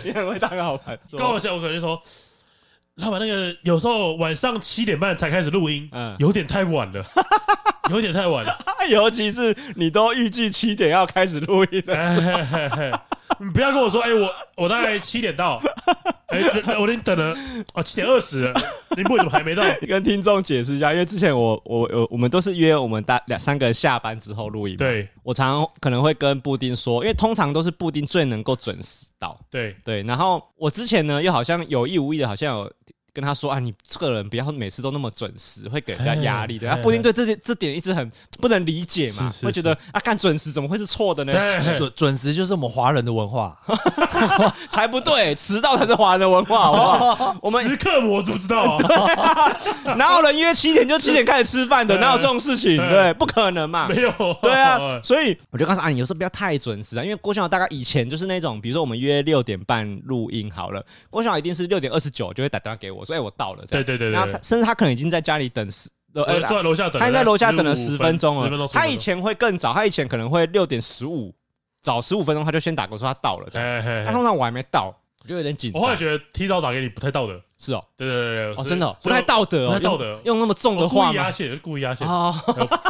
B: 你很会当老板，
A: 高老师，我可能就说，老板那个有时候晚上七点半才开始录音，
B: 嗯
A: 有点太晚了， 有点太晚了。
B: 啊尤其是你都预计七点要开始录音了，
A: 哎嘿嘿嘿你 不要跟我说，哎、我我大概七点到，哎、我已经等了哦七点二十，林博怎么还没到？
B: 跟听众解释一下，因为之前我我我我们都是约我们大两三个人下班之后录音嘛，
A: 对
B: 我常常可能会跟布丁说，因为通常都是布丁最能够准时到。
A: 对，
B: 对，然后我之前呢，又好像有意无意的，好像有跟他说啊，你这个人不要每次都那么准时，会给人家压力的。
A: 嘿
B: 啊，布丁对这些这点一直很不能理解嘛，
A: 是是
B: 会觉得啊，干准时怎么会是啊 错的呢？
A: 对
C: 准准时就是我们华人的文化，
B: 才不对，迟到才是华人的文化，好不 好？我们
A: 时刻我知不知 道啊？
B: 哪有人约七点就七点开始吃饭的？
A: 对
B: 哪有这种事情？
A: 对
B: 对，不可能嘛。
A: 没有，
B: 对 啊，，所以我就告诉阿你，有时候不要太准时啊，因为郭晓大概以前就是那种，比如说我们约六点半录音好了，郭晓一定是六点二十九就会打电话给我说，哎、我到了，这
A: 对对
B: 样。
A: 对
B: 然
A: 对
B: 后他
A: 对，
B: 甚至他可能已经在家里等十，呃
A: 我坐在楼下等了，
B: 他已经在楼下等了
A: 15
B: 十分钟
A: 十分钟
B: 了。。他
A: 10
B: 以
A: 分钟
B: 前会更早，他以前可能会六点十五，早十五分钟他就先打给我说他到了，这样。
A: 哎嘿
B: 但
A: 嘿，
B: 通常我还没到，我就有点紧
A: 我
B: 张
A: 后。来觉得提早打给你不太道德，
B: 是哦，
A: 对对对对，
B: 哦，
A: 所以
B: 真的哦不
A: 所以
B: 太道德哦，
A: 不太道
B: 用
A: 德
B: 用那么重
A: 我
B: 的
A: 故
B: 话
A: 意压
B: 吗？
A: 线，故意压线，
B: 哦，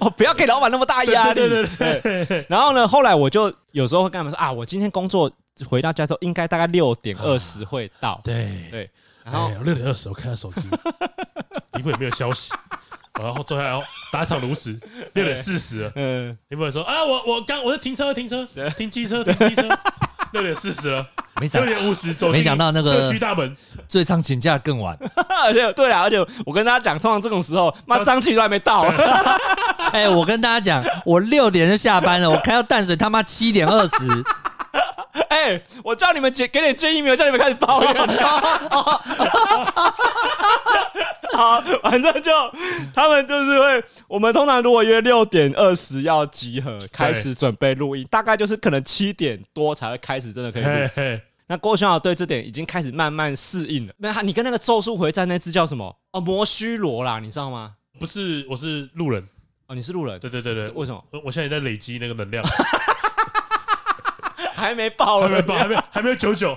B: 哦，不要给老板那么大压力。
A: 对对对对对对，
B: 然后呢，后来我就有时候会跟他们说啊，我今天工作回到家之后应该大概六点二十会到。
A: 对
B: 对，然后
A: 哎，六点二十，我看下手机，一部有没有消息，然后最后哦打场炉石，六点四十了，
B: 嗯，
A: 林博说啊，我我刚我在停车停车停机车停机车，六点四十了，
C: 没想
A: 六
C: 到
A: 点五十走进
C: 啊没想到那个
A: 社区大门，
C: 最常请假更晚。
B: 而且 对啊，而且我跟大家讲，通常这种时候，妈张琪都还没到，啊
C: 哎，我跟大家讲，我六点就下班了，我开到淡水他妈七点 二十。
B: 哎，我叫你们给给点建议没有？叫你们开始抱怨。 好，反正就他们就是会，我们通常如果约六点二十要集合，开始准备录音，大概就是可能七点多才会开始，真的可以录
A: 嘿嘿，
B: 那郭晓对这点已经开始慢慢适应了。没有他，你跟那个《咒术回战》那只叫什么？哦，摩须罗啦，你知道吗？
A: 不是我是路人，
B: 哦，你是路人，
A: 对对对对，
B: 为什么
A: 我我现在也在累积那个能量，
B: 还没爆
A: 还
B: 了，
A: 没有还没有还没有九九，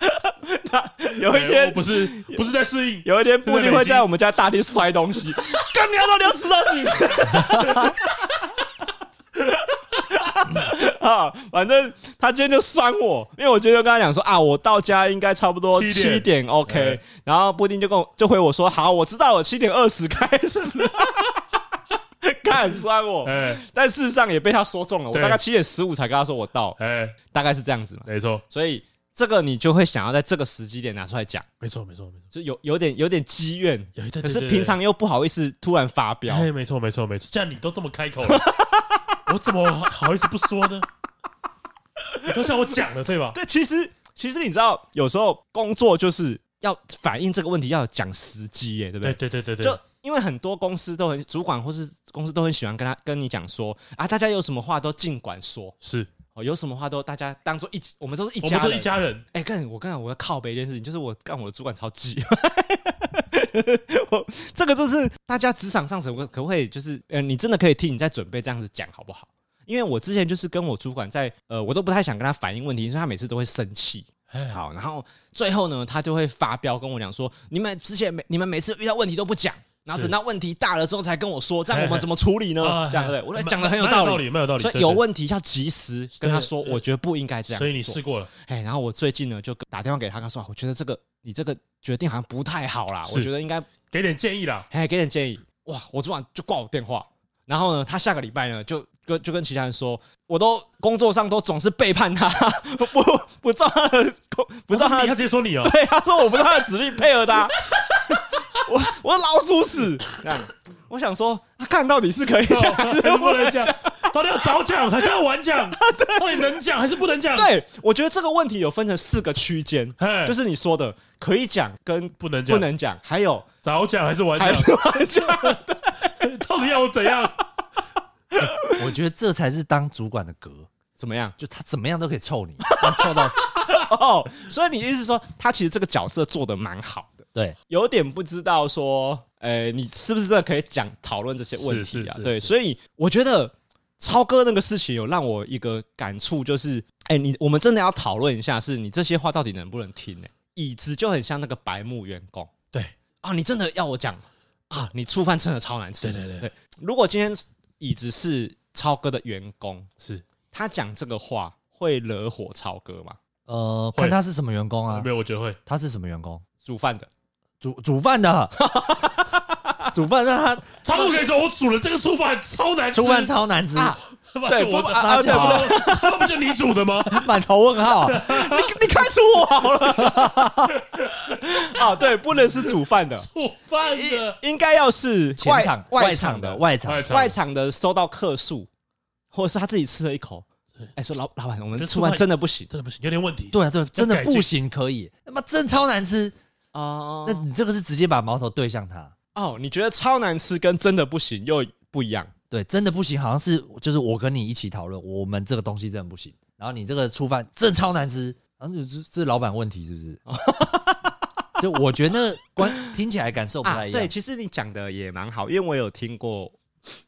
B: 有
A: 哎
B: 一
A: 我
B: 天，
A: 不是不是在适应，
B: 有一天布丁会在我们家大厅摔东西， 干你要到底要吃到几次？ 啊，反正他今天就酸我，因为我今天就跟他讲说啊，我到家应该差不多
A: 七点
B: 七点，OK
A: 哎。
B: 然后布丁就跟我就回我说，好，我知道了，七点二十开始。 干酸我，
A: 哎
B: 但事实上也被他说中了。我
A: 对
B: 大概七点十五才跟他说我到，
A: 哎，
B: 大概是这样子嘛。
A: 没错
B: 所以这个你就会想要在这个时机点拿出来讲，
A: 没错没错没错。
B: 就有有点有点积怨，
A: 有哎一对
B: 可
A: 对
B: 是
A: 对对
B: 平常又不好意思突然发飙。
A: 哎，没错，没错，没错。既然你都这么开 口了，我怎么好意思不说呢？你都叫我讲了，对吧？
B: 对，其实其实你知道，有时候工作就是要反映这个问题，要讲时机耶，对不
A: 对
B: 对？
A: 对对对对，
B: 就因为很多公司都很主管或是公司都很喜欢跟他跟你讲说啊，大家有什么话都尽管说
A: 是
B: 哦，有什么话都大家当做一起，我们都是一
A: 我
B: 家
A: 们都
B: 人
A: 一。家人，
B: 哎、干我刚才我要靠背一件事情，就是我干我的主管超级， 我这个就是大家职场上什么可不可以就是呃，你真的可以替你在准备这样子讲好不好？因为我之前就是跟我主管在呃，我都不太想跟他反映问题，所以他每次都会生气。
A: 哎，
B: 好，然后最后呢，他就会发飙跟我讲说：“你们之前每你们每次遇到问题都不讲，然后
A: 是
B: 等到问题大了之后才跟我说，这样
A: 嘿
B: 我们
A: 嘿
B: 怎么处理呢？
A: 啊
B: 这样对不对？”我觉
A: 蛮
B: 得讲的很有
A: 蛮
B: 道
A: 道
B: 理，
A: 蛮有道理。
B: 所以
A: 对
B: 有
A: 对
B: 问题要及时跟他说，
A: 对对
B: 我觉得不应该这样子做。
A: 所以你试过了，
B: 哎，然后我最近呢就打电话给他，他说啊我觉得这个你这个决定好像不太好啦，
A: 是
B: 我觉得应该
A: 给点建议啦。
B: 哎给点建议。哇，我昨晚就挂我电话，然后呢，他下个礼拜呢就跟就跟其他人说，我都工作上都总是背叛他， 不不照他的工不照他
A: 你
B: 的
A: 他直接说你 哦，
B: 对， 他说我不是他的指令配合他，我我老鼠屎这样。我想说，他、看到底是可以讲 还是
A: 哦还是
B: 不
A: 不
B: 能
A: 能
B: 讲
A: 讲？，到底要早讲还是要晚讲？到底能讲还是不能讲？，
B: 啊对，我觉得这个问题有分成四个区间，
A: 哎，
B: 就是是你说的可以讲跟
A: 不能讲，
B: 不能讲，还有
A: 早讲还是晚
B: 还
A: 讲？
B: 是玩家，
A: 到底要我怎 样？
C: 我觉得这才是当主管的格，
B: 怎么样？
C: 就他怎么样都可以 凑你，他凑到死。
B: 哦，所以你意思说他其实这个角色做的蛮好的，
C: 对，
B: 有点不知道说，呃，你是不是真的可以讲讨论这些问题
A: 是
B: 啊
A: 是？是
B: 对，
A: 是
B: 所以我觉得超哥那个事情有让我一个感触，就是，哎，你我们真的要讨论一下，是你这些话到底能不能听呢、椅子就很像那个白目员工。
A: 对
B: 啊，你真的要我讲啊？你醋饭真的超难吃。
A: 对对对
B: 对，如果今天椅子是超哥的员工，
A: 是
B: 他讲这个话会惹火超哥吗？
C: 呃，
A: 会
C: 看他是什么员工啊
A: 没？有，我觉得会
C: 他是什么员工？
B: 煮饭的，
C: 煮煮饭 的，煮饭让他
A: 他不可以说我煮了这个醋饭超难吃，
C: 出 饭超难吃，
B: 啊对
A: 对
B: 不
A: 我
B: 啊
A: 他
C: 啊对
A: 不
C: 不
A: 都他不就你煮的 吗？
C: 满头问号。
B: 你开除我好了。啊，对，不能是煮饭的，
A: 煮哦饭的
B: 应该要是
C: 前场
B: 外
C: 外
B: 场
C: 场
B: 的
C: 的外
A: 外
C: 场，
A: 场
B: 外场的收到客诉，或者是他自己吃了一口，哎，说老老板，我们
A: 这
B: 醋
A: 醋
B: 饭
A: 饭
B: 真的不行
A: 真的不行，有点问题。
C: 对啊对啊，真的
A: 改进
C: 不行，可以，他妈真超难吃。
B: 哦
C: 那你这个是直接把矛头对向他，
B: 哦，你觉得超难吃跟真的不行又不一样
C: 对，真的不行，好像是就是我跟你一起讨论，我们这个东西真的不行，然后你这个触犯真的超难吃，然后这这老板问题是不是？就我觉得关听起来感受不太一样
B: 啊对，，其实你讲的也蛮好，因为我有听过，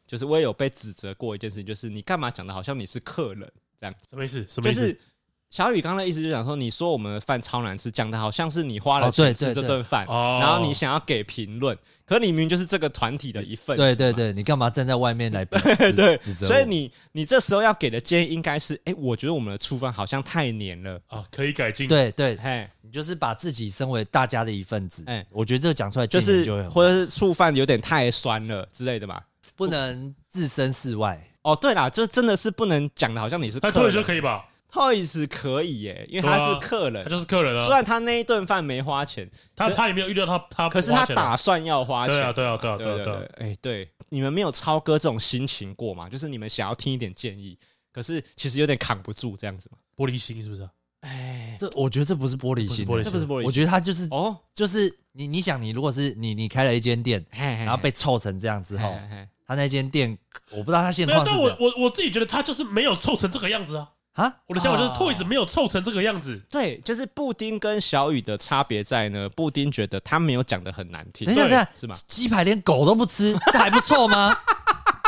B: 就是我也有被指责过一件事情，就是你干嘛讲的好像你是客人这样，
A: 什么意思？什么
B: 就
A: 意思
B: 是？小雨刚刚的意思就讲说，你说我们的饭超难吃，讲的好像是你花了
C: 哦对
B: 钱吃
C: 对
B: 这
C: 对
B: 顿饭，
A: 哦
B: 然后你想要给评论，可你明明就是这个团体的一份子嘛，
C: 对对对，你干嘛站在外面 来
B: 对
C: 对
B: 对，
C: 指责我？
B: 所以你你这时候要给的建议应该是，哎、我觉得我们的处分好像太黏了，
A: 啊，可以改进。
C: 对对，
B: 嘿，
C: 你就是把自己身为大家的一份子，
B: 哎
C: 我觉得这个讲出来
B: 就
C: 见人
B: 是
C: 就会很
B: 或者是触犯有点太酸了之类的嘛。
C: 不能置身事外，
B: 哦，对啦，这真的是不能讲的，好像你是
A: 他
B: 客
A: 退休
B: 人。
A: 可以吧？
B: Toys 可以耶，因为
A: 对
B: 他
A: 啊
B: 是客
A: 他
B: 人，
A: 就是客人
B: 虽
A: 啊，
B: 然他那一顿饭没花钱，
A: 他他也没有预料他他
B: 可是
A: 花
B: 他
A: 钱啊
B: 打算要花钱
A: 对啊
B: 嘛。
A: 对啊对啊对
B: 对
A: 啊对啊
B: 对，哎，对，你们没有超哥这种心情过吗？就是你们想要听一点建议，可是其实有点扛不住这样子嘛。
A: 玻璃心是不是啊？
B: 哎，
C: 这我觉得这不是玻璃心，欸
A: 不是玻璃
B: 这不是玻璃心
C: 我觉得他就是
B: 哦，
C: 就是你你想，你如果是你你开了一间店，
B: 然
C: 然后被臭成这样之后，
B: 嘿
C: 他那间店我不知道他现
A: 没有
C: 况，是
A: 但
C: 怎
A: 我
C: 样
A: 我我自己觉得他就是没有凑成这个样子啊。
C: 啊。
A: 我的想法就是
B: 啊
A: Toys 没有凑成这个样子，
B: 对，就是布丁跟小雨的差别在呢，布丁觉得他没有讲的很难听
C: 等一，下，
A: 对
C: 等一下，
B: 是吗
C: 鸡排连狗都不吃，这还不臭吗？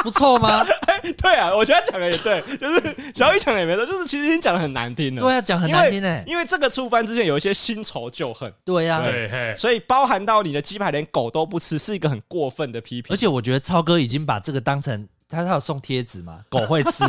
C: 不臭吗？
B: 对啊，我觉得他讲的也对，就是小雨讲的也没错，就是其实已经讲的很难听了，
C: 对啊，讲很难听哎。
B: 因为这个触犯之前有一些新仇旧恨，
C: 对啊呀，
A: 对嘿，
B: 所以包含到你的鸡排连狗都不吃，是一个很过分的批评。
C: 而且我觉得超哥已经把这个当成他他有送贴纸嘛，狗会吃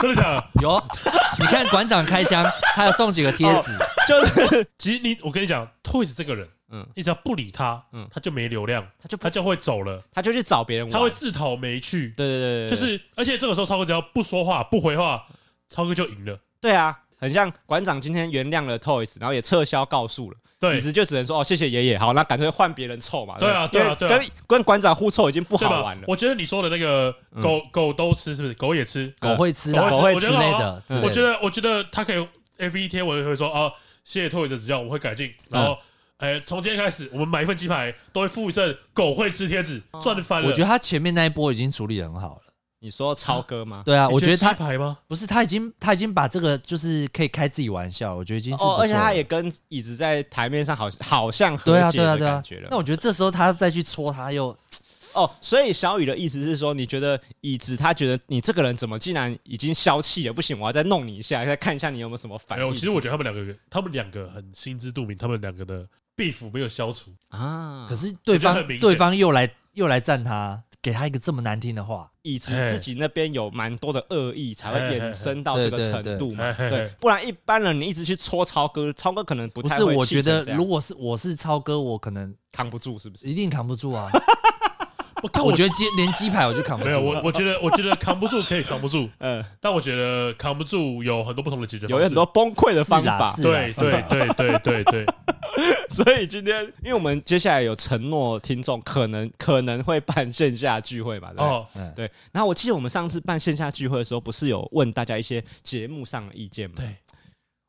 A: 真的假的？
C: 有。 你看馆长开箱，他有送几个贴纸，
B: 就是
A: 其实你我跟你讲，Toys 这个人，
B: 嗯
A: 嗯，你只要不理他，
B: 嗯
A: 嗯，他就没流量，
B: 他就不
A: 他就会走了，
B: 他就去找别人玩，
A: 他会自讨没趣。
B: 对对对对，对
A: 就是，而且这个时候超哥只要不说话、不回话，超哥就赢了。
B: 对啊。很像馆长今天原谅了 Toys，然后也撤销告诉了，椅
A: 对
B: 子就只能说哦谢谢爷爷，好，那干脆换别人凑嘛。
A: 对啊
B: 不
A: 对啊
B: 因为跟跟馆长互凑已经不
A: 对
B: 好
A: 吧
B: 玩了？。
A: 我觉得你说的那个
C: 嗯
A: 狗狗都吃，是不是？狗也吃，
C: 狗会吃啊，
A: 狗会吃
C: 之类
A: 我觉得
C: 的。之类的
A: 我觉得，我觉得他可以 F 一贴文会说啊，谢谢 Toys 的指教，我会改进。然
C: 嗯
A: 后，哎，从今天开始，我们买一份鸡排都会附一份狗会吃贴纸，赚翻了。
C: 哦我觉得他前面那一波已经处理得很好了。
B: 你说超哥吗？
C: 对啊，我觉得
A: 你
C: 他
A: 鸡排吗？
C: 不是，他已经他已经把这个就是可以开自己玩笑，我觉得已经是不
B: 哦，而且
C: 错
B: 他
C: 了
B: 也跟椅子在台面上好好像和
C: 对啊
B: 解
C: 对啊
B: 的
C: 对啊
B: 感觉了。
C: 那我觉得这时候他再去戳他又
B: 哦，所以小雨的意思是说，你觉得椅子他觉得你这个人怎么竟然已经消气了？不行，我要再弄你一下，再看一下你有没有什么反
A: 没
B: 应。
A: 有，哎其实我觉得他们两个，他们两个很心知肚明，他们两个的 beef 没有消除。
B: 得啊，
C: 可
B: 可是
C: 是对
A: 我觉得
C: 方
A: 很明显
C: 对方又来又来赞他，给他一个这么难听的话，
B: 椅子
A: 嘿
B: 自己那边有蛮多的恶意，才会
A: 嘿嘿嘿
B: 衍生到这个
C: 对对
B: 程度嘛。
A: 对
B: 对
A: 嘿嘿，
B: 不然一般人你一直去戳超哥，超哥可能不
C: 不
B: 太
C: 是？
B: 会
C: 我
B: 气
C: 觉
B: 成
C: 得
B: 这样
C: 如果是我是超哥，我可能
B: 扛不住，是不是？
C: 一定扛不住 啊。
A: 我看
C: 我
A: 我
C: 觉得鸡连鸡排我就扛不
A: 没有，
C: 住啊
A: 我
C: 了。
A: 我觉得我觉得扛不住可以扛不住，
B: 嗯，
A: 但我觉得扛不住有很多不同的解决方
B: 有
A: 式。
B: 很多崩溃的方
C: 是啦
B: 法
C: 是。
A: 对对对对对对，
B: 所以今天，因为我们接下来有承诺听众，可能可能会办线下聚会吧。哦，
A: 哦，
C: 嗯，
B: 对。然后我记得我们上次办线下聚会的时候，不是有问大家一些节目上的意见吗？
A: 对，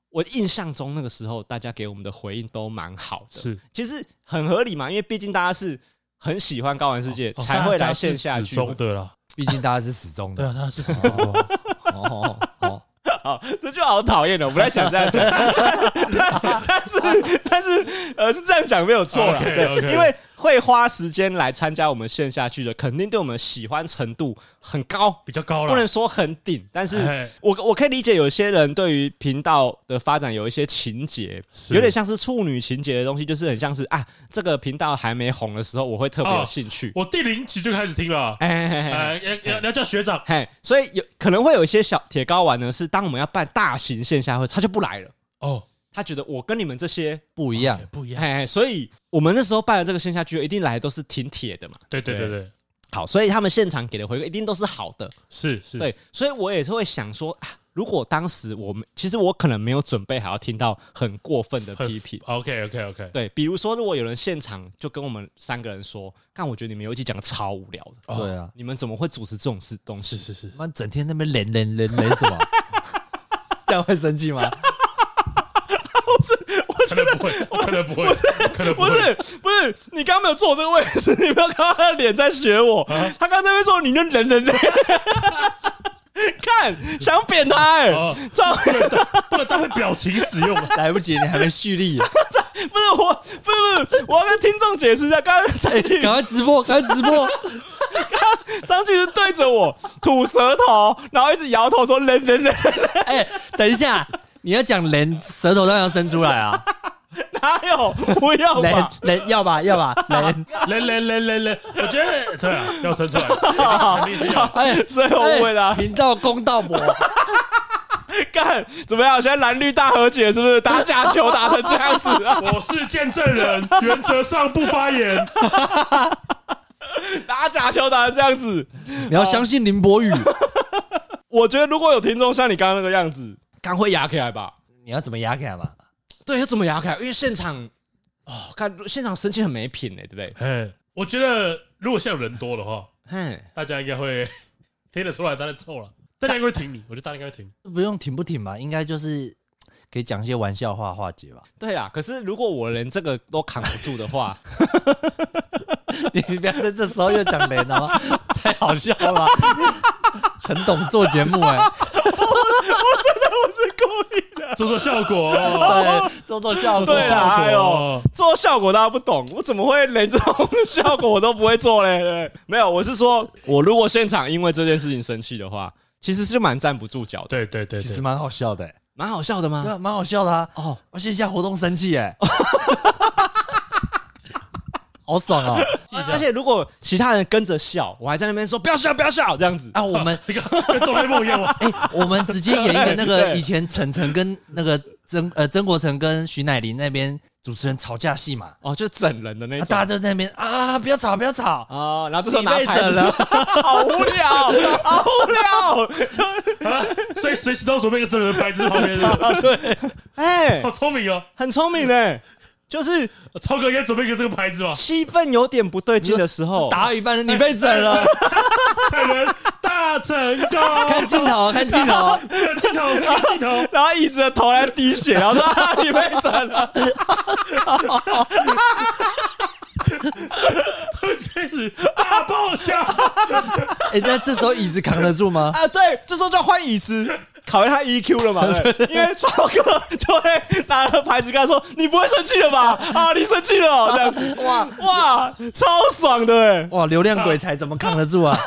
B: 我印象中那个时候大家给我们的回应都蛮好的，
A: 是
B: 其实很合理嘛，因为毕竟大家是很喜欢高玩世界，
A: 哦
B: 才会
A: 大家
B: 来线
A: 是
B: 下
A: 始
B: 聚会
A: 终。的啦。
C: 毕竟大家是始终
A: 对
C: 的。
A: 啊，他是始终的。
C: 哦哦哦，
B: 好，这就好讨厌了，我不太想这样讲， 但但是但是呃是这样讲没有错了，
A: OK，OK
B: 对，因为会花时间来参加我们线下剧的，肯定对我们的喜欢程度很高，
A: 比较高了，
B: 不能说很顶，但是
A: 哎
B: 我我可以理解有些人对于频道的发展有一些情节，
A: 是
B: 有点像是处女情节的东西，就是很像是啊，这个频道还没红的时候，我会特别有
A: 哦
B: 兴趣。
A: 我第零集就开始听了，
B: 哎嘿嘿嘿
A: 哎，要要要叫学长
B: 嘿，所以有可能会有一些小铁睾丸呢，是当我们要办大型线下会，他就不来了。
A: 哦，
B: 他觉得我跟你们这些，
C: 不一
B: 啊
C: 样，
A: 不一样，
B: 嘿嘿，所以我们那时候办的这个线下剧，一定来的都是挺铁的嘛。
A: 对对对对，
B: 好，所以他们现场给的回馈一定都是好的。
A: 是是，
B: 对，所以我也是会想说，啊、如果当时我们其实我可能没有准备好要听到很过分的批评。
A: ，OK OK OK，
B: 对，比如说，如果有人现场就跟我们三个人说：“看，我觉得你们有一集讲的超无聊的，
A: 哦
C: 对啊，
B: 你们怎么会主持这种事东
A: 是
B: 西
A: 是 是，
C: 妈整天那边冷冷冷冷什么？这样会生气吗？
A: 可能不会，可能不会，可能？”不
B: 不
A: 会，
B: 是不是，你刚刚没有坐我这个位置，你不要看他的脸在学我。
A: 啊
B: 他刚才在那边说你就人 人人，看想扁他哎、欸
A: 哦，
B: 操、
A: 不能当不能当成表情使用，
C: 来不及，你还没蓄力，
B: 不是我，不是不是，我要跟听众解释一下，刚刚张俊
C: 赶快直播，赶快直播！
B: 张俊是对着我吐舌头，然后一直摇头说 人人人，
C: 哎、等一下，你要讲人，舌头当然要伸出来 啊，
B: 哪有不要
C: 人
B: 吧？
C: 人要吧 要吧人，
A: 来来来来来，我觉得对啊，要生出 来，肯定是要，
C: 哎、
B: 所以我误会了
C: 哎，频道公道博，
B: 干怎么样？现在蓝绿大和解是不是？打假球打成这 样子啊？
A: 我是见证人，原则上不发言，
B: 打假球打成这样子，
C: 你要相信林博宇，
B: 我觉得如果有听众像你刚刚那个样子，刚会压起来吧？
C: 你要怎么压起来嘛？
B: 对，要怎么压起来？因为现场哦，看现场生气很没品哎、对不对？
A: 哎，我觉得如果像人多的话，
B: 嘿，
A: 大家应该会 听得出来，大家臭了，大家应该会挺你，我觉得大家应该会挺你，
C: 不用挺不挺吧，应该就是可以讲一些玩笑话化解吧。
B: 对啊。可是如果我连这个都扛不住的话，
C: 你不要在这时候又讲人好 吗？太好笑了吧，很懂做节目哎、
B: 我是故意的。
A: 做做效果，
C: 哦
A: 哦
C: 对，做哦做效果。哦
A: 做
B: 对啊哎
A: 效
B: 呦
A: 果。
B: 做效果大家不懂，我怎么会连这种效果我都不会做嘞？对没有，我是说，我如果现场因为这件事情生气的话，其实是蛮站不住脚的，
A: 对对对，
C: 其实
A: 对
C: 蛮好笑的、欸，
B: 蛮好笑的吗
C: 对？啊，蛮好笑的啊！
B: 哦，
C: 我线下活动生气 哎、欸，好爽哦！
B: 而且如果其他人跟着笑，我还在那边说不要笑，不要笑这样子，
C: 啊，我 们
A: 你看跟哆啦 A 梦一样吗？
C: 哎、我们直接演一个那个
B: 对
C: 以前晨晨跟那个曾呃曾国成跟徐乃麟那边主持人吵架戏嘛，
B: 哦，就整人的那
C: 啊，
B: 种。
C: 大家就在那边啊，不要吵，不要吵，
B: 哦，然后这时候拿
C: 你被
B: 牌子
C: 整了
B: 说， 好无聊，好无 聊。
A: 啊，所以随时都准备一个真人的牌子在旁边，是吧
B: 哎
A: 好，聪明哦！
B: 很聪明嘞，就是
A: 超哥应该准备一个这个牌子吧？
B: 气氛有点不对劲的时候，
C: 打到一半你被整 了，
A: 本人大成功，
C: 看镜头，哦看镜头，
A: 看镜头，看镜头，
B: 然后一直的头来滴血，然后说、啊、你被整了。
A: 开始大爆笑，
C: 哎、那这时候椅子扛得住吗？
B: 啊，对，这时候就要换椅子，考验他 EQ 了嘛，对不对 因为超哥就会拿着牌子跟他说：“你不会生气了吧？啊，你生气了哦、这样子，哇哇，超爽的哎！
C: 哇，流量鬼才怎么扛得住 啊？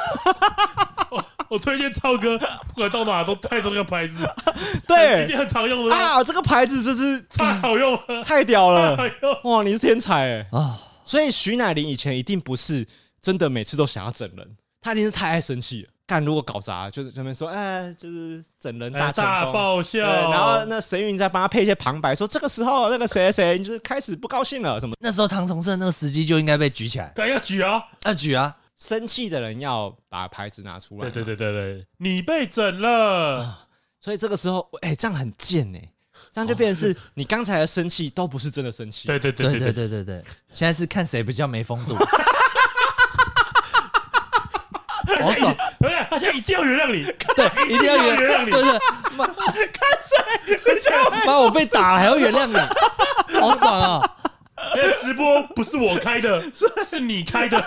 A: 我我推荐超哥，不管到哪都带着那个牌子，一定
B: 对
A: 很常用的，
B: 啊，嗯这个牌子真是
A: 太好用了，
B: 太屌
A: 太好
B: 了，
A: 用。
B: 哇，你是天才哎！
C: 啊，
B: 所以徐乃麟以前一定不是真的每次都想要整人，他一定是太爱生气了。干如果搞砸，就是这边说，哎，就是整人大
A: 哎
B: 成
A: 大
B: 功
A: 爆笑，
B: 对，然后那沈云再帮他配一些旁白，说这个时候那个谁谁谁就是开始不高兴了，什么
C: 那时候唐崇盛那个司机就应该被举起来，
A: 对要举啊！
C: 啊举啊！
B: 生气的人要把牌子拿出来。
A: 对对，对对对，你被整了，
B: 所以这个时候，哎、这样很贱哎、这样就变成是你刚才的生气都不是真的生气。
A: 对对对
C: 对
A: 对
C: 对
A: 对，
C: 对对对，现在是看谁比较没风 度，好爽！
A: 对，哎他现在一定要原谅 你，
C: 对，一定要
A: 一定要原谅
C: 原
A: 你
C: 对对，妈，看谁？妈，我被打了还要原谅你， 好爽啊！
A: 那哎直播不是我开的，是你开的，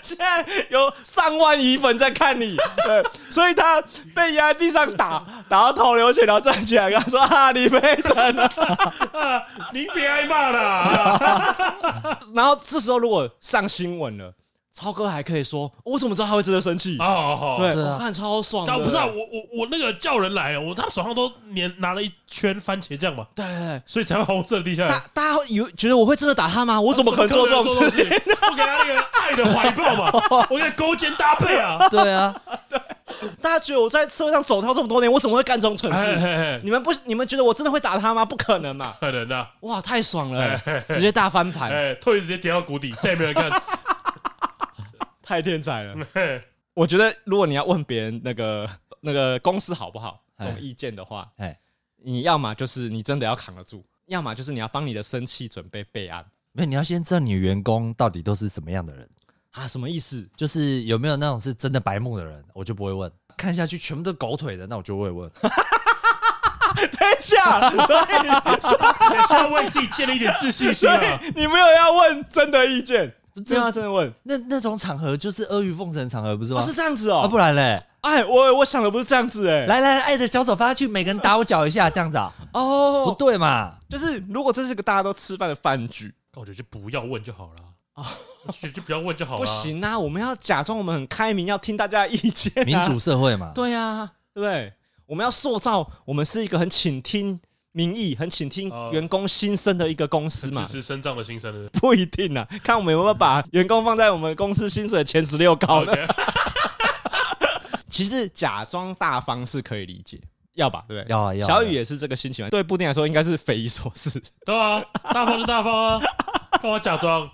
B: 现在有上万疑粉在看你， 对，所以他被压在地上打，然后头流血，然后站起来跟他说：“啊，李佩辰啊。”
A: 啊，您别挨骂 啦！
B: 然后这时候如果上新闻了，超哥还可以说：“哦我怎么知道他会真的生气？”
A: 哦，好，
B: 对，
C: 对啊
B: 我看超爽的。
A: 搞不是啊，我我我那个叫人来，啊我他手上都粘拿了一圈番茄酱嘛，
B: 对对对，
A: 所以才把红色的滴下来
B: 大。大家会以为觉得我会真的打他吗？我怎么可能做这种
A: 我
B: 事？
A: 怎么可能做这种事我给他那个爱的怀抱 嘛，我给他勾肩搭配啊！
C: 对啊，
B: 大家觉得我在社会上走跳这么多年，我怎么会干这种蠢
A: 哎
B: 事？
A: 嘿嘿
B: 你们不，你们觉得我真的会打他吗？不可能嘛！
A: 可能啊，
B: 哇，太爽了，直接大翻盘，
A: 哎，退直接跌到谷底，再也没有人看。
B: 太天才了。
A: 嘿
B: 我觉得如果你要问别人那个那个公司好不好这
C: 哎
B: 种意见的话，
C: 哎，
B: 你要么就是你真的要扛得住，要么就是你要帮你的生气准备备案
C: 没有，你要先知道你员工到底都是什么样的人，
B: 啊？什么意思？
C: 就是有没有那种是真的白目的人，我就不会问。看下去全部都狗腿的，那我就会问。
B: 等一 下，所以
A: 你 还是要为自己建立一点自信心
B: 所
A: 啊！
B: 以你没有要问真的意见，没
C: 这
B: 有要真的问，
C: 那那种场合就是阿谀奉承场合，不是吗？
B: 哦，是这样子
C: 啊，
B: 哦。
C: 不，然嘞，
B: 哎，我我想的不是这样子，哎，
C: 来来，来爱的小手发下去，每个人打我脚一下，这样子啊，不
B: 哦，
C: 对 嘛？
B: 就是如果这是个大家都吃饭的饭局，
A: 那我觉得就不要问就好了啊，就就不要问就好了。
B: 哦不，行啊，我们要假装我们很开明，要听大家的意见啊，
C: 民主社会嘛，
B: 对啊，对不对？我们要塑造我们是一个很倾听民意、很倾听
A: 呃
B: 员工心声的一个公司
A: 支
B: 嘛，
A: 持生长的新生的。
B: 不一定啊，看我们有没有把员工放在我们公司薪水的前十六高呢？
A: OK，
B: 其实假装大方是可以理解，要吧？对不对？
C: 要啊要啊。
B: 小雨也是这个心情嘛，对布丁来说应该是匪夷所思。
A: 对啊，大方就大方啊，干嘛假装？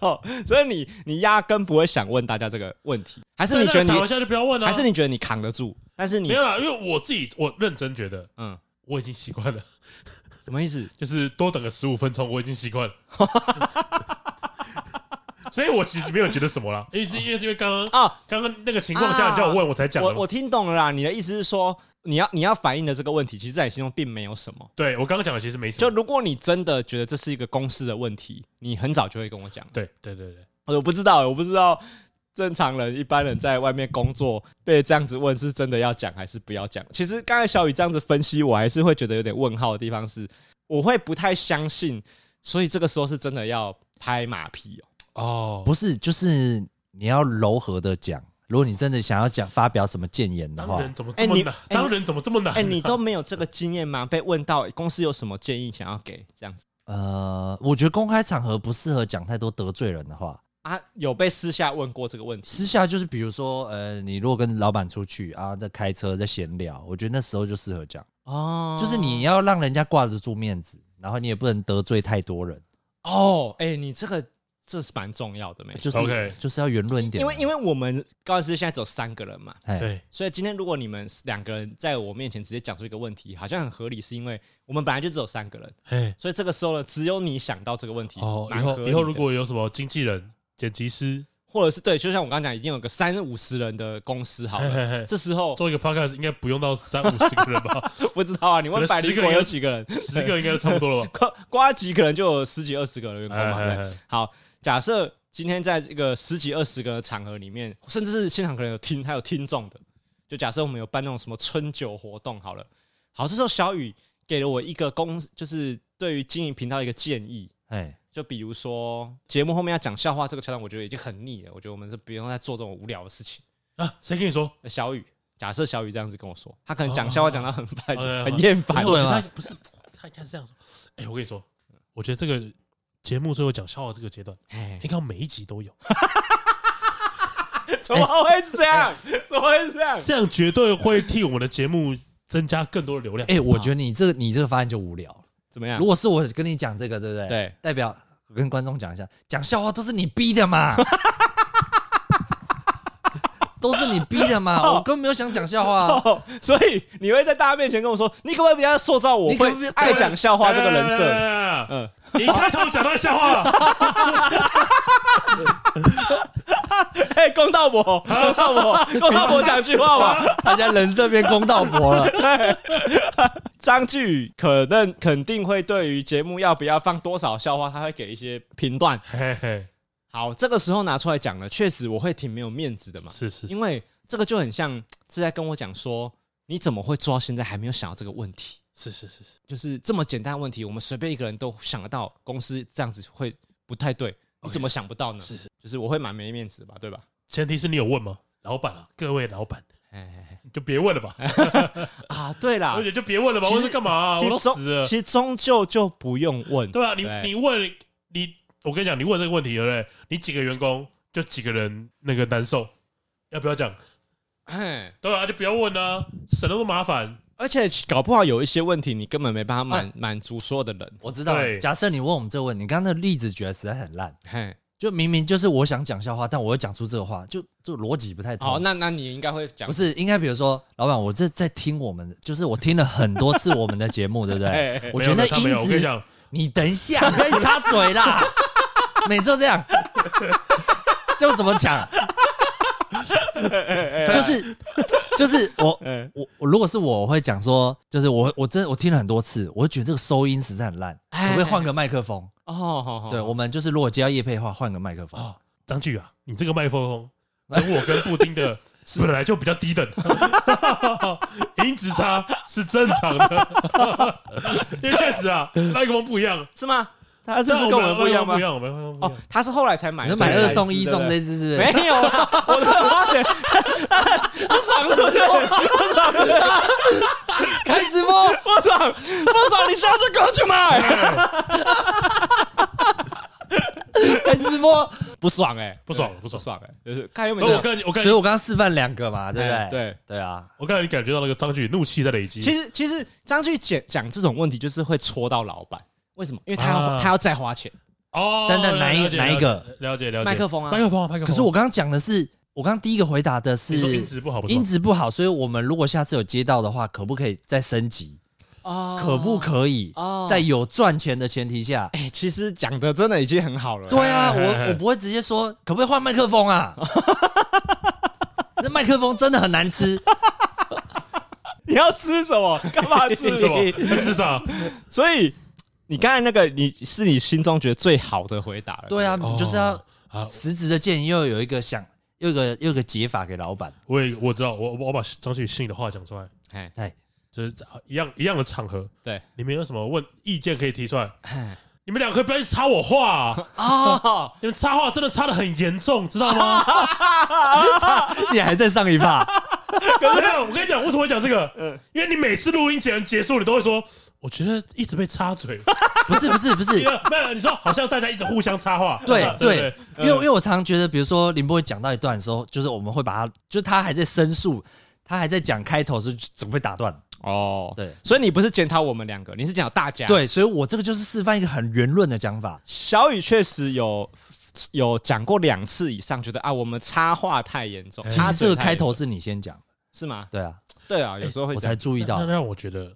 B: 哦，所以你你压根不会想问大家这个问题，还是
A: 在
B: 你
A: 那
B: 觉得
A: 个场
B: 你
A: 合下就不要问啊。
B: 还是你觉得你扛得住？但是
A: 没
B: 你
A: 有啦，因为我自己我认真觉得
B: 嗯，
A: 我已经习惯了，
B: 什么意思？
A: 就是多等个十五分钟，我已经习惯了。 所以我其实没有觉得什么啦，因为是因为是因为刚刚
B: 啊，
A: 刚刚那个情况下你叫我问我才讲
B: 我
A: 的
B: 啊我
A: 嘛。
B: 听懂了啦，你的意思是说，你要你要反映的这个问题，其实在你心中并没有什么。
A: 对我刚刚讲的其实没什
B: 就
A: 么。
B: 如果你真的觉得这是一个公司的问题，你很早就会跟我讲。
A: 对对对对，
B: 我不知道，我不知道正常人、一般人在外面工作被这样子问，是真的要讲还是不要讲？其实刚才小雨这样子分析，我还是会觉得有点问号的地方是，我会不太相信，所以这个时候是真的要拍马屁哦、
A: 哦，
C: 不是，就是你要柔和的讲。如果你真的想要讲发表什么谏言的
A: 当
C: 话，
A: 人怎么这么
B: 哎你
A: 难？
B: 哎
A: 当人怎么这么难？
B: 哎、你都没有这个经验吗？被问到公司有什么建议想要给这样子
C: 呃，我觉得公开场合不适合讲太多得罪人的话。
B: 啊？有被私下问过这个问题？
C: 私下就是比如说，呃，你如果跟老板出去啊，在开车在闲聊，我觉得那时候就适合讲，
B: 哦，
C: 就是你要让人家挂得住面子，然后你也不能得罪太多人，
B: 哦，哎、你这个这是蛮重要的，没？
C: 就是
A: OK
C: 就是要圆润一点
B: 因
C: 嘛。
B: 为因为我们高老师现在只有三个人嘛，
C: 哎，
A: 对
B: 所以今天如果你们两个人在我面前直接讲出一个问题，好像很合理，是因为我们本来就只有三个人，
A: 哎
B: 所以这个时候呢，只有你想到这个问题，
A: 哦，以
B: 蛮合理
A: 后
B: 的
A: 以后如果有什么经纪人、剪辑师，
B: 或者是对，就像我刚刚讲，已经有个三五十人的公司好
A: 嘿
B: 了，
A: 嘿嘿
B: 这时候
A: 做一个 podcast 应该不用到三五十个人 吧，
B: 不知道啊，你问百灵
A: 可能十个
B: 果
A: 人
B: 有几个人？
A: 十 个应该差不多了吧？
B: 瓜瓜吉可能就有十几二十个人员工
A: 哎
B: 嘛。对
A: 哎
B: 不对
A: 哎
B: 好，假设今天在这个十几二十个的场合里面，甚至是现场可能有听，还有听众的。就假设我们有办那种什么春酒活动好了，好，这时候小雨给了我一个公，就是对于经营频道的一个建议。
C: 哎，
B: 就比如说节目后面要讲笑话这个桥段，我觉得已经很腻了。我觉得我们是不用再做这种无聊的事情。
A: 啊，谁跟你说？
B: 那小雨，假设小雨这样子跟我说，他可能讲笑话讲到很烦、
A: 哦哦哦
B: 很厌
A: 不
B: 烦
A: 是，。我觉
C: 吗
A: 得他不是他应该是这样说。哎，我跟你说，我觉得这个节目最后讲笑话这个阶段，
B: 哎
A: 应该每一集都有，
B: 怎么会这样？怎么会这样？
A: 这样绝对会替我们的节目增加更多的流量。
C: 哎，我觉得你这个你这个发言就无聊了。
B: 怎么样
C: 如？果是我跟你讲这个，对不对？
B: 对，
C: 代表我跟观众讲一下，讲笑话都是你逼的嘛，都是你逼的嘛，我根本没有想讲笑话啊。
B: 哦，所以你会在大家面前跟我说，你可不可以不要塑造我
C: 你可不可
B: 会
C: 以
B: 爱讲笑话这个人
A: 来
B: 设？
A: 来来来来
B: 嗯，
A: 哎 你一开头讲到笑话了，
B: 哎，公道伯，公道伯，公道伯讲句话 吧。
C: 大家人设变公道伯了，
B: 张继宇可能肯定会对于节目要不要放多少笑话，他会给一些评断。
A: 嘿嘿，
B: 好，这个时候拿出来讲了，确实我会挺没有面子的嘛，
A: 是是，
B: 因为这个就很像是在跟我讲说，你怎么会做到现在还没有想到这个问题？
A: 是是是是，
B: 就是这么简单的问题，我们随便一个人都想得到，公司这样子会不太对，
C: 哦
B: 你怎么想不到呢？
A: 是是，
B: 就是我会蛮没面子的吧，对吧？
A: 前提是你有问吗？老板啊，各位老板，
B: 哎哎
A: 你就别问了吧，
B: 哎啊，对啦
A: 而，且就别问了吧，
B: 其实
A: 问是干嘛啊？我
B: 其
A: 都
B: 实
A: 死
B: 终
A: 了，
B: 其实终究就不用问，
A: 对啊，你
B: 对
A: 你问你，我跟你讲，你问这个问题，对不对？你几个员工就几个人那个难受，要不要讲？
B: 哎，
A: 对啊，就不要问啊，省那么多麻烦。
B: 而且搞不好有一些问题你根本没办法
C: 哎
B: 满满足所有的人，
C: 我知道
A: 对。
C: 假设你问我们这个问题，你刚刚的例子举得实在很烂，
B: 嘿，
C: 就明明就是我想讲笑话，但我又讲出这个话，就这逻辑不太通。
B: 好，那那你应该会讲
C: 哦不，是应该比如说，老板，我这在听我们的，就是我听了很多次我们的节目，对不对？
B: 哎，
C: 我觉
A: 没
C: 得
A: 有没有他没有，我
C: 音质
A: 跟你讲，
C: 你等一下，不要一直插嘴啦，每次都这样，这我怎么讲？就是就是我
B: 哎
C: 我我如果是我，我会讲说，就是我我真的我听了很多次，我就觉得这个收音实在很烂，
B: 哎
C: 可不可以换个麦克风？
B: 哦，好好
C: 对，我们就是如果接到叶配的话，换个麦克风。
A: 啊，张炬啊，你这个麦克 风跟我跟布丁的本来就比较低等， 音质差是正常的， 因为确实啊，麦克风不一样，
B: 是吗？他这
A: 但
B: 是跟我们不一样
A: 不
B: 吗
A: 一？样，我们麦克风不一
B: 哦
A: 样。，
B: 他是后来才买
C: 你
B: 的，
C: 说买
B: 对不
C: 二
B: 对
C: 送一送这只是不是？
B: 没有啦，我的花 钱，不爽对不对？不爽对不对？
C: 开直播，
B: 不爽不爽，你下次给我去 买，
C: 开直播，
B: 不爽哎，
A: 不爽
B: 对
A: 不爽
B: 爽哎，就是看有没
A: 那我
B: 有
A: 跟你我跟
C: 所以
A: 你
C: 我刚刚示范两个嘛，对不
B: 哎
C: 对？
B: 对。
C: 对啊，
A: 我刚才你感觉到那个张炬怒气在累积，
B: 其实其实张炬讲讲这种问题，就是会戳到老板。为什么？因为他要、
A: 啊
B: 他要再花钱，
A: 哦，
C: 等等哪一
A: 了解
C: 哪一个？
A: 了解了解了解，
B: 麦克风啊
A: 麦克风啊，麦克风啊。
C: 可是我刚刚讲的是，我刚刚第一个回答的是
A: 你说音质不好，不是吗
C: 音质不好，所以我们如果下次有接到的话，可不可以再升级？
B: 哦
C: 可不？可以
B: 哦
C: 在有赚钱的前提下？
B: 哎、其实讲的真的已经很好了。
C: 对 啊，
A: 哎哎哎
C: 我我不会直接说可不可以换麦克风 啊？那麦克风真的很难吃，
B: 你要吃什 么？干嘛吃
A: 是什么？那是啥？
B: 所以你刚才那个，你是你心中觉得最好的回答了。
C: 对啊，
A: 哦
C: 你就是要
A: 啊
C: 实质的建议，又有一个想，又有一个又有一个解法给老板。
A: 我也我知道，我我我把张旭心里的话讲出来，
B: 哎
A: 就是一样一样的场合，
B: 对，
A: 你们有什么问意见可以提出来？
B: 哎
A: 你们两个不要去插我话、啊，
B: 哦，
A: 你们插话真的插的很严重，知道 吗？
C: 你还在上一趴，
A: 没有，我跟你讲，为什么会讲这
C: 嗯
A: 个？因为你每次录音前结束，你都会说，我觉得一直被插嘴，
C: 不是不是不是
A: 因，为没有，你说好像大家一直互相插话，啊
C: 对
A: 对
C: 对，嗯因为因为我常常觉得，比如说林波会讲到一段的时候，就是我们会把他，就是他还在申诉，他还在讲开头的时候，就总被打断。
B: 哦，
C: 对
B: 所以你不是检讨我们两个，你是讲大家。，
C: 对，所以我这个就是示范一个很圆润的讲法。
B: 小雨确实有有讲过两次以上，觉得啊，我们插话太严重。
C: 哎其
B: 插
C: 实
B: 嘴
C: 这个
B: 太
C: 开
B: 严
C: 头
B: 重
C: 是你先讲，
B: 是吗？
C: 对啊，
B: 对啊，有时候会
C: 我
B: 这
C: 才
B: 样。
C: 注意
A: 那
C: 到
A: 那。让我觉得。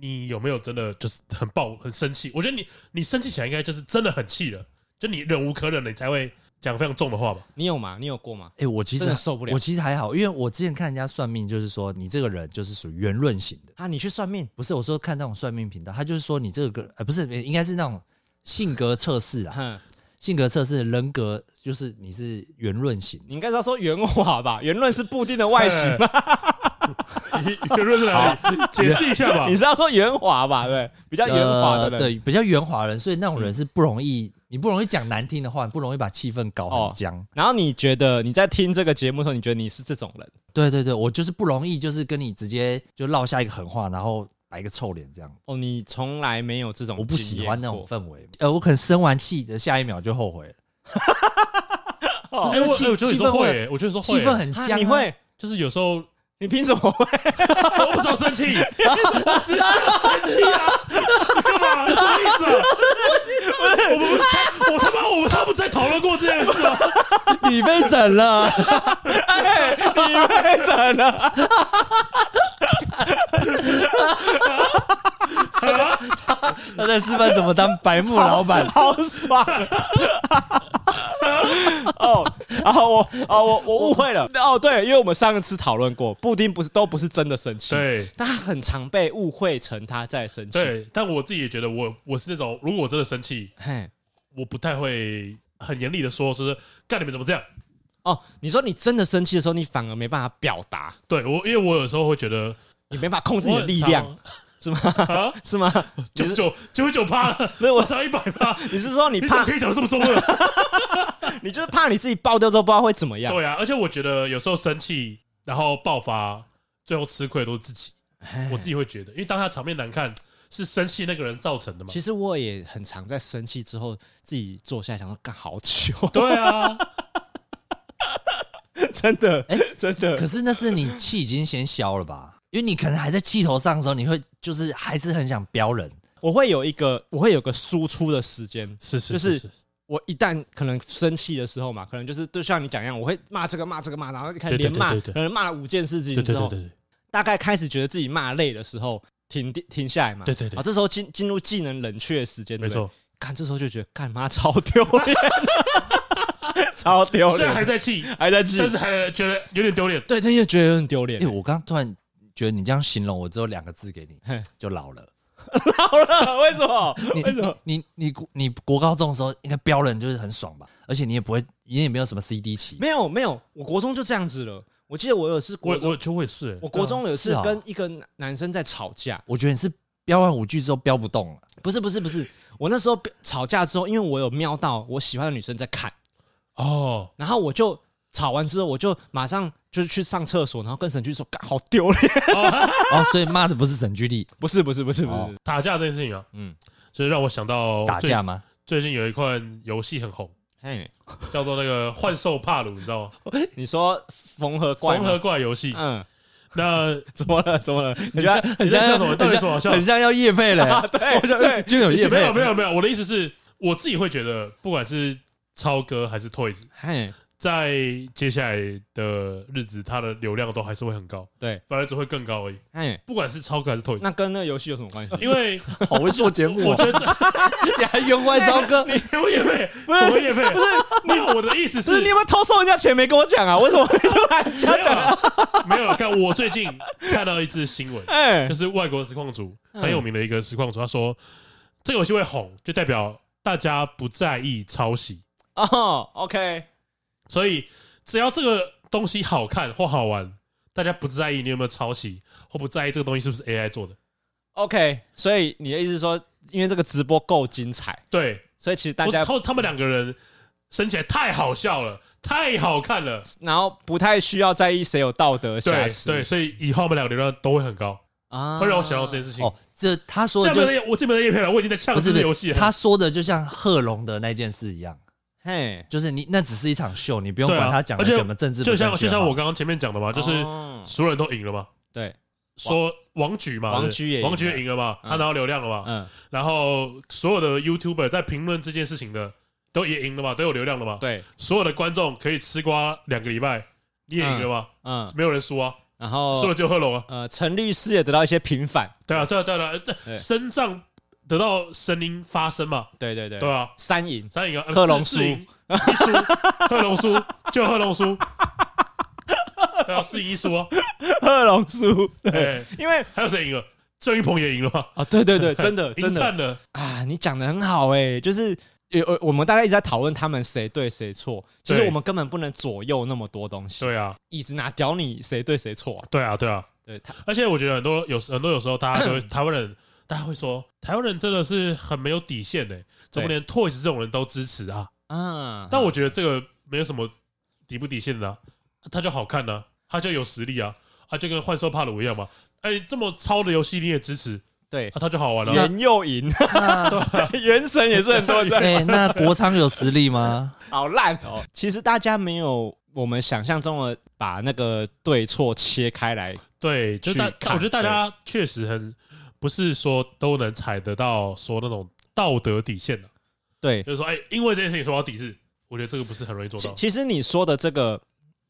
A: 你有没有真的就是很暴很生气？我觉得你你生气起来应该就是真的很气了，就你忍无可忍了，你才会讲非常重的话吧？
B: 你有吗？你有过吗？
C: 哎，我其
B: 真
C: 实
B: 的受不了
C: 我其实还好，因为我之前看人家算命，就是说你这个人就是属于圆润型的，
B: 啊，你去算命？
C: 不是我说看那种算命频道，他就是说你这个呃不是应该是那种性格测试 啊，
B: 哼，
C: 性格测试人格就是你是圆润型。
B: 你应该是要说圆滑吧？圆润是布丁的外
C: 哎
B: 形吧？
A: 圆润在哪里？解释一下吧
B: 你。是要说圆滑吧？对，比较圆滑的
C: 呃
B: 人。嗯
C: 对，比较圆滑的人，所以那种人是不容易，你不容易讲难听的话，你不容易把气氛搞
B: 哦
C: 很僵。
B: 然后你觉得你在听这个节目的时候，你觉得你是这种人？
C: 对对对，我就是不容易，就是跟你直接就落下一个狠话，然后摆一个臭脸这样，
B: 哦，你从来没有这种，
C: 我不喜欢那种。氛围。呃，我可能生完气的下一秒就后 悔了，
A: 哎
B: 哦
C: 就是
A: 我哎我
C: 气
A: 觉得你说
C: 气氛
A: 会
C: 会
A: 耶，我觉得说
C: 气
A: 会耶，
C: 氛很僵啊、
B: 啊你 会？
A: 就是有时候哦
B: 你凭什么会？
A: 我不少生气， 我只是想生气啊！干嘛？什么意思啊？ 我们不是我他妈我们他们在讨论过这件事啊吗？
C: 你被整了，
B: 你被整了，
C: 他在示范怎么当白木老板。
B: 好爽！ 哦，然后我啊我我误会了。哦，对，因为我们上次讨论过，布丁不是都不是真的生气，，
A: 对
B: 但他很常被误会成他在生气。
A: 对，但我自己也觉得我我是那种，如果我真的生气，
B: 嘿，
A: 我不太会很严厉的说，就是干你们怎么这样？
B: 哦，你说你真的生气的时候，你反而没办法表达，
A: 对我，因为我有时候会觉得
B: 你没办法控制你
A: 我
B: 的
A: 很
B: 力
A: 常
B: 量，是吗？
A: 啊，
B: 是吗？
A: 九十九九十九趴了，
B: 没有
A: 我
B: 我，
A: 才一百趴，
B: 你是 说你
A: 你怎么
B: 怕
A: 可，以讲得这么中 二？
B: 你就是怕你自己爆掉之后不知道会怎么样？
A: 对啊，而且我觉得有时候生气然后爆发，最后吃亏的都是自己，
B: 哎
A: 我自己会觉得，因为当下场面难看是生气那个人造 成的嘛。
B: 其实我也很常在生气之后自己坐下来想说干好久，
A: 对啊，
B: 真的，
C: 哎
B: 真 的
C: 可是那是你气已经先消了吧？因为你可能还在气头上的时候，你会就是还是很想飙人，
B: 我会有一个，我会有个输出的时间。
A: 是是
B: 就是
A: 是是，
B: 我一旦可能生气的时候嘛，可能就是就像你讲一样，我会骂这个骂这个骂，然后就开始
A: 对对
B: 连骂，
A: 对对对
B: 可能骂了五件事情
A: 对对
B: 之后
A: 对，对
B: 大概开始觉得自己骂累的时候，停地停下来嘛。
A: 对对对
B: 啊，这时候进进入技能冷却时间，
A: 对，没
B: 对不对。
A: 错。
B: 看这时候就觉得干妈超丢 脸，超丢
A: 虽然
B: 脸，
A: 还在气，
B: 还在气，
A: 但是还觉得有点丢脸。
B: 对，真的觉得很丢
C: 哎、
B: 脸。
C: 我刚突然觉得你这样形容，我只有两个字给你，
B: 嘿
C: 就老了。
B: 好了， 为什么？
C: 你
B: 为什么？
C: 你你你你国高中的时候应该飙人就是很爽吧？而且你也不会，你也没有什么 CD 期，
B: 没有没有，我国中就这样子了。我记得我有一次国
A: 我
B: 中，
A: 我就会是，
B: 我国中有一次
C: 是啊
B: 跟一个男男生在吵架，
C: 我觉得你是飙完五句之后飙不动了，
B: 不是不是不是，我那时候吵架之后，因为我有瞄到我喜欢的女生在看，
A: 哦，
B: 然后我就吵完之后，我就马上就是去上厕所，然后跟沈俊说：“干，好丢脸。
C: 哦，所以骂的不是沈居力
B: 不是”不是不是不是不
C: 哦
B: 是，
A: 打架这件事情啊，
B: 嗯
A: 嗯，所以让我想到
C: 打架吗？
A: 最。最近有一款游戏很红，
B: 哎，
A: 叫做那个《幻兽帕鲁》，你知道吗？
B: 你说缝合怪
A: 缝
B: 吗
A: 合怪游戏。
B: 嗯，
A: 那
B: 怎么了？怎么了？ 你觉得
C: 很
A: 你在笑什么？
C: 很
A: 到底
C: 像
A: 什么好笑？
C: 很像要叶配嘞、
B: 啊对对，
C: 就有叶
A: 没
C: 配
A: 有没有没有，我的意思是，我自己会觉得，不管是超哥还是 Toys，
B: 嘿，
A: 在接下来的日子，它的流量都还是会很高，
B: 对，
A: 反而只会更高而已。
B: 嘿，
A: 不管是超哥还是 Toys，
B: 那跟那个游戏有什么关系？
A: 因为
C: 好会做节目、
A: 我觉得
C: 哦，
A: 这
C: 你还冤枉超哥，
A: 我也配，我也配，不是没有我的意思
B: 不是
A: 是
B: 你有没有偷收人家钱没跟我讲啊？为什么你突然这
A: 没
B: 样
A: 有
B: 讲？
A: 啊没有。看我最近看到一则新 闻，
B: 哎
A: 就，是外国实况组
B: 嗯
A: 很有名的一个实况组，他说这个游戏会红，就代表大家不在意抄袭，
B: 哦，OK，
A: 所以只要这个东西好看或好玩，大家不在意你有没有抄袭，或不在意这个东西是不是 AI 做的。
B: OK，所以你的意思是说，因为这个直播够精彩，
A: 对，
B: 所以其实大
A: 我
B: 家
A: 靠，他们两个人生起来太好笑了，太好看了。
B: 然后不太需要在意谁有道德瑕
A: 对
B: 疵，
A: 对，所以以后他们两个流量都会很高，
B: 啊
A: 会让我想到这件事情。
C: 哦，这他说
A: 这
C: 的
A: 样没
C: 就
A: 有在我这边的叶片了，我已经在呛
C: 不
A: 这
C: 是
A: 个
C: 不
A: 游
C: 是
A: 戏啊了。
C: 他说的就像贺龙的那件事一样，
B: 嘿，
C: 就是你那只是一场秀，你不用
A: 对啊
C: 管他讲的
A: 而且
C: 什么政治不
A: 就
C: 正确
A: 像
C: 话，
A: 就像我刚刚前面讲的嘛，就是
B: 哦
A: 所有人都赢了嘛，
B: 对，
A: 说王局嘛，
B: 王
A: 对
B: 局也赢了
A: 王局也赢了嘛，他
B: 嗯
A: 拿到流量了嘛，
B: 嗯，
A: 然后所有的 YouTuber 在评论这件事情的都也赢了嘛，都有流量了嘛，
B: 对，
A: 所有的观众可以吃瓜两个礼拜，你也赢了嘛，
B: 嗯，
A: 没有人输啊，
B: 然
A: 输
B: 后
A: 了只有贺龙啊，
B: 呃，陈律师也得到一些平反，
A: 对啊，对啊，对啊，对啊
B: 对
A: 这身上得到声音发声嘛，
B: 对对对，
A: 对啊，
B: 三 赢，
A: 三赢啊，呃
B: 贺龙
A: 四
B: 输
A: 四赢一输，贺龙输就贺龙输，对啊，四赢一输啊，
B: 贺龙输，对，
A: 哎，
B: 因为
A: 还有谁赢了？郑云鹏也赢了嘛，
B: 啊，对对对，真的
A: 赢
B: 真的
A: 灿了，
B: 啊，你讲的很好哎，就是。有呃我们大家一直在讨论他们谁对谁错，其实
A: 对
B: 我们根本不能左右那么多东西。
A: 对啊，
B: 椅子哪屌你谁对谁错啊？
A: 对啊，对啊。
B: 对他，
A: 而且我觉得很多有时很多有时候大家都
B: 嗯
A: 会台湾人，大家会说台湾人真的是很没有底线的、怎么连 Toys 这种人都支持啊？
B: 嗯，
A: 但我觉得这个没有什么底不底线的、啊，他就好看呢、啊，他就有实力啊，啊就跟幻兽帕鲁一样嘛。哎、这么糙的游戏你也支持，
B: 对
A: 啊，他就好玩了、啊。
B: 袁又赢，
C: 那
B: 原神也是很多人在
C: 哎、啊那国昌有实力吗？
B: 好烂哦！其实大家没有我们想象中的把那个对错切开来，
A: 对，就是大
B: 去，看
A: 我觉得大家确实很不是说都能踩得到说那种道德底线啊的、
B: 对。
A: 就是说，哎、因为这件事情说我要抵制，我觉得这个不是很容易做
B: 其
A: 到。
B: 其实你说的这个，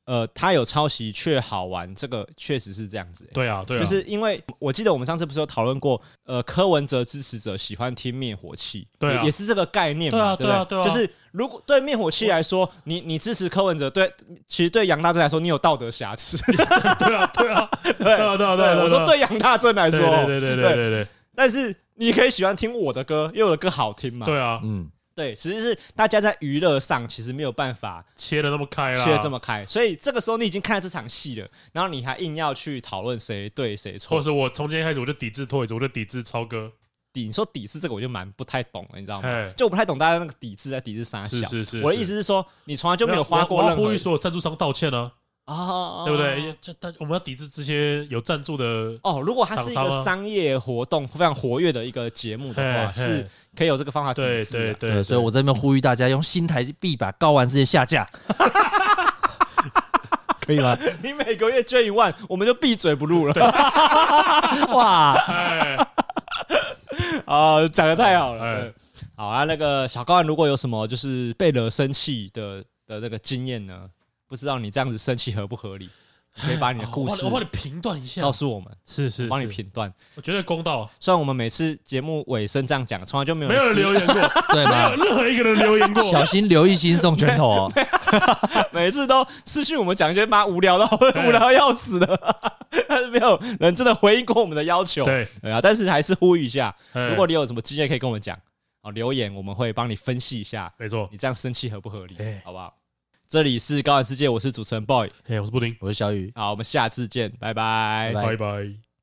B: 呃，他有抄袭却好玩，这个确实是这样子、欸。
A: 对啊，对啊，
B: 就是因为我记得我们上次不是有讨论过，呃，柯文哲支持者喜欢听灭火器，
A: 对啊
B: 也也是这个概念嘛，
A: 对
B: 不
A: 啊对啊对啊
B: 就是如果对灭火器来说，你你支持柯文哲，对，其实对杨大正来说，你有道德瑕疵。
A: 对啊，对啊，对啊，对啊，对啊，
B: 我说
A: 啊
B: 对杨大正来说，啊
A: 对对对对对对对
B: 但是你可以喜欢听我的歌，因为我的歌好听嘛。
A: 对啊！
C: 嗯，
B: 对，其实是大家在娱乐上其实没有办法
A: 切的那么开啦，
B: 切得这么开，所以这个时候你已经看了这场戏了，然后你还硬要去讨论谁对谁
A: 或
B: 错
A: 者，是我从今天开始我就抵制 Toys，我就抵制超哥，
B: 底你说底是这个我就蛮不太懂了，你知道吗
A: 嘿？
B: 就我不太懂大家那个底字在底是啥
A: 是
B: 小。
A: 是是，
B: 我的意思是说，你从来就没有花过
A: 我我要
B: 任何
A: 呼吁所有赞助商道歉啊，
B: 啊，
A: 对不对？？这但我们要抵制这些有赞助的，
B: 哦，如果它是一
A: 厂商
B: 个
A: 啊
B: 商业活动非常活跃的一个节目的话，
A: 嘿嘿
B: 是可以有这个方法抵
A: 对
B: 制的啊
A: 对对
C: 对，，所以我这边呼吁大家用新台币把高玩世界下架， 可以吗？
B: 你每个月捐一万，我们就闭嘴不录了。
C: 哇，
A: 哎，
B: 啊，讲的太好了。
A: 哎
B: 对好啊，那个小高安，如果有什么就是被惹生气的的那个经验呢？不知道你这样子生气合不合理？你可以把你的故
A: 我帮
B: 事
A: 我帮你评断一下
B: 告，诉我们，
A: 是是，
B: 我帮你
A: 是，
B: 评断。
A: 我觉得公道，啊
B: 虽然我们每次节目尾声这样讲，从来就没有
A: 没有人
B: 私
A: 留言过，
C: 对
A: 没
C: 吧
A: 有？任何一个人留言 过，
C: 小心刘一心送拳头哦，
B: 每次都私讯我们讲一些妈无聊到无聊要死的，但是没有人真的回应过我们的要求。
A: 对，
B: 对啊，但是还是呼吁一下，
A: 哎
B: 如果你有什么经验可以跟我们讲，哦，留言我们会帮你分析一下，
A: 没错，
B: 你这样生气合不合理
A: 哎，
B: 好不好？这里是高玩世界，我是主持人 boy，
A: 哎，我是布丁，
C: 我是小雨。
B: 好，我们下次见，拜拜
C: 拜
A: 拜拜。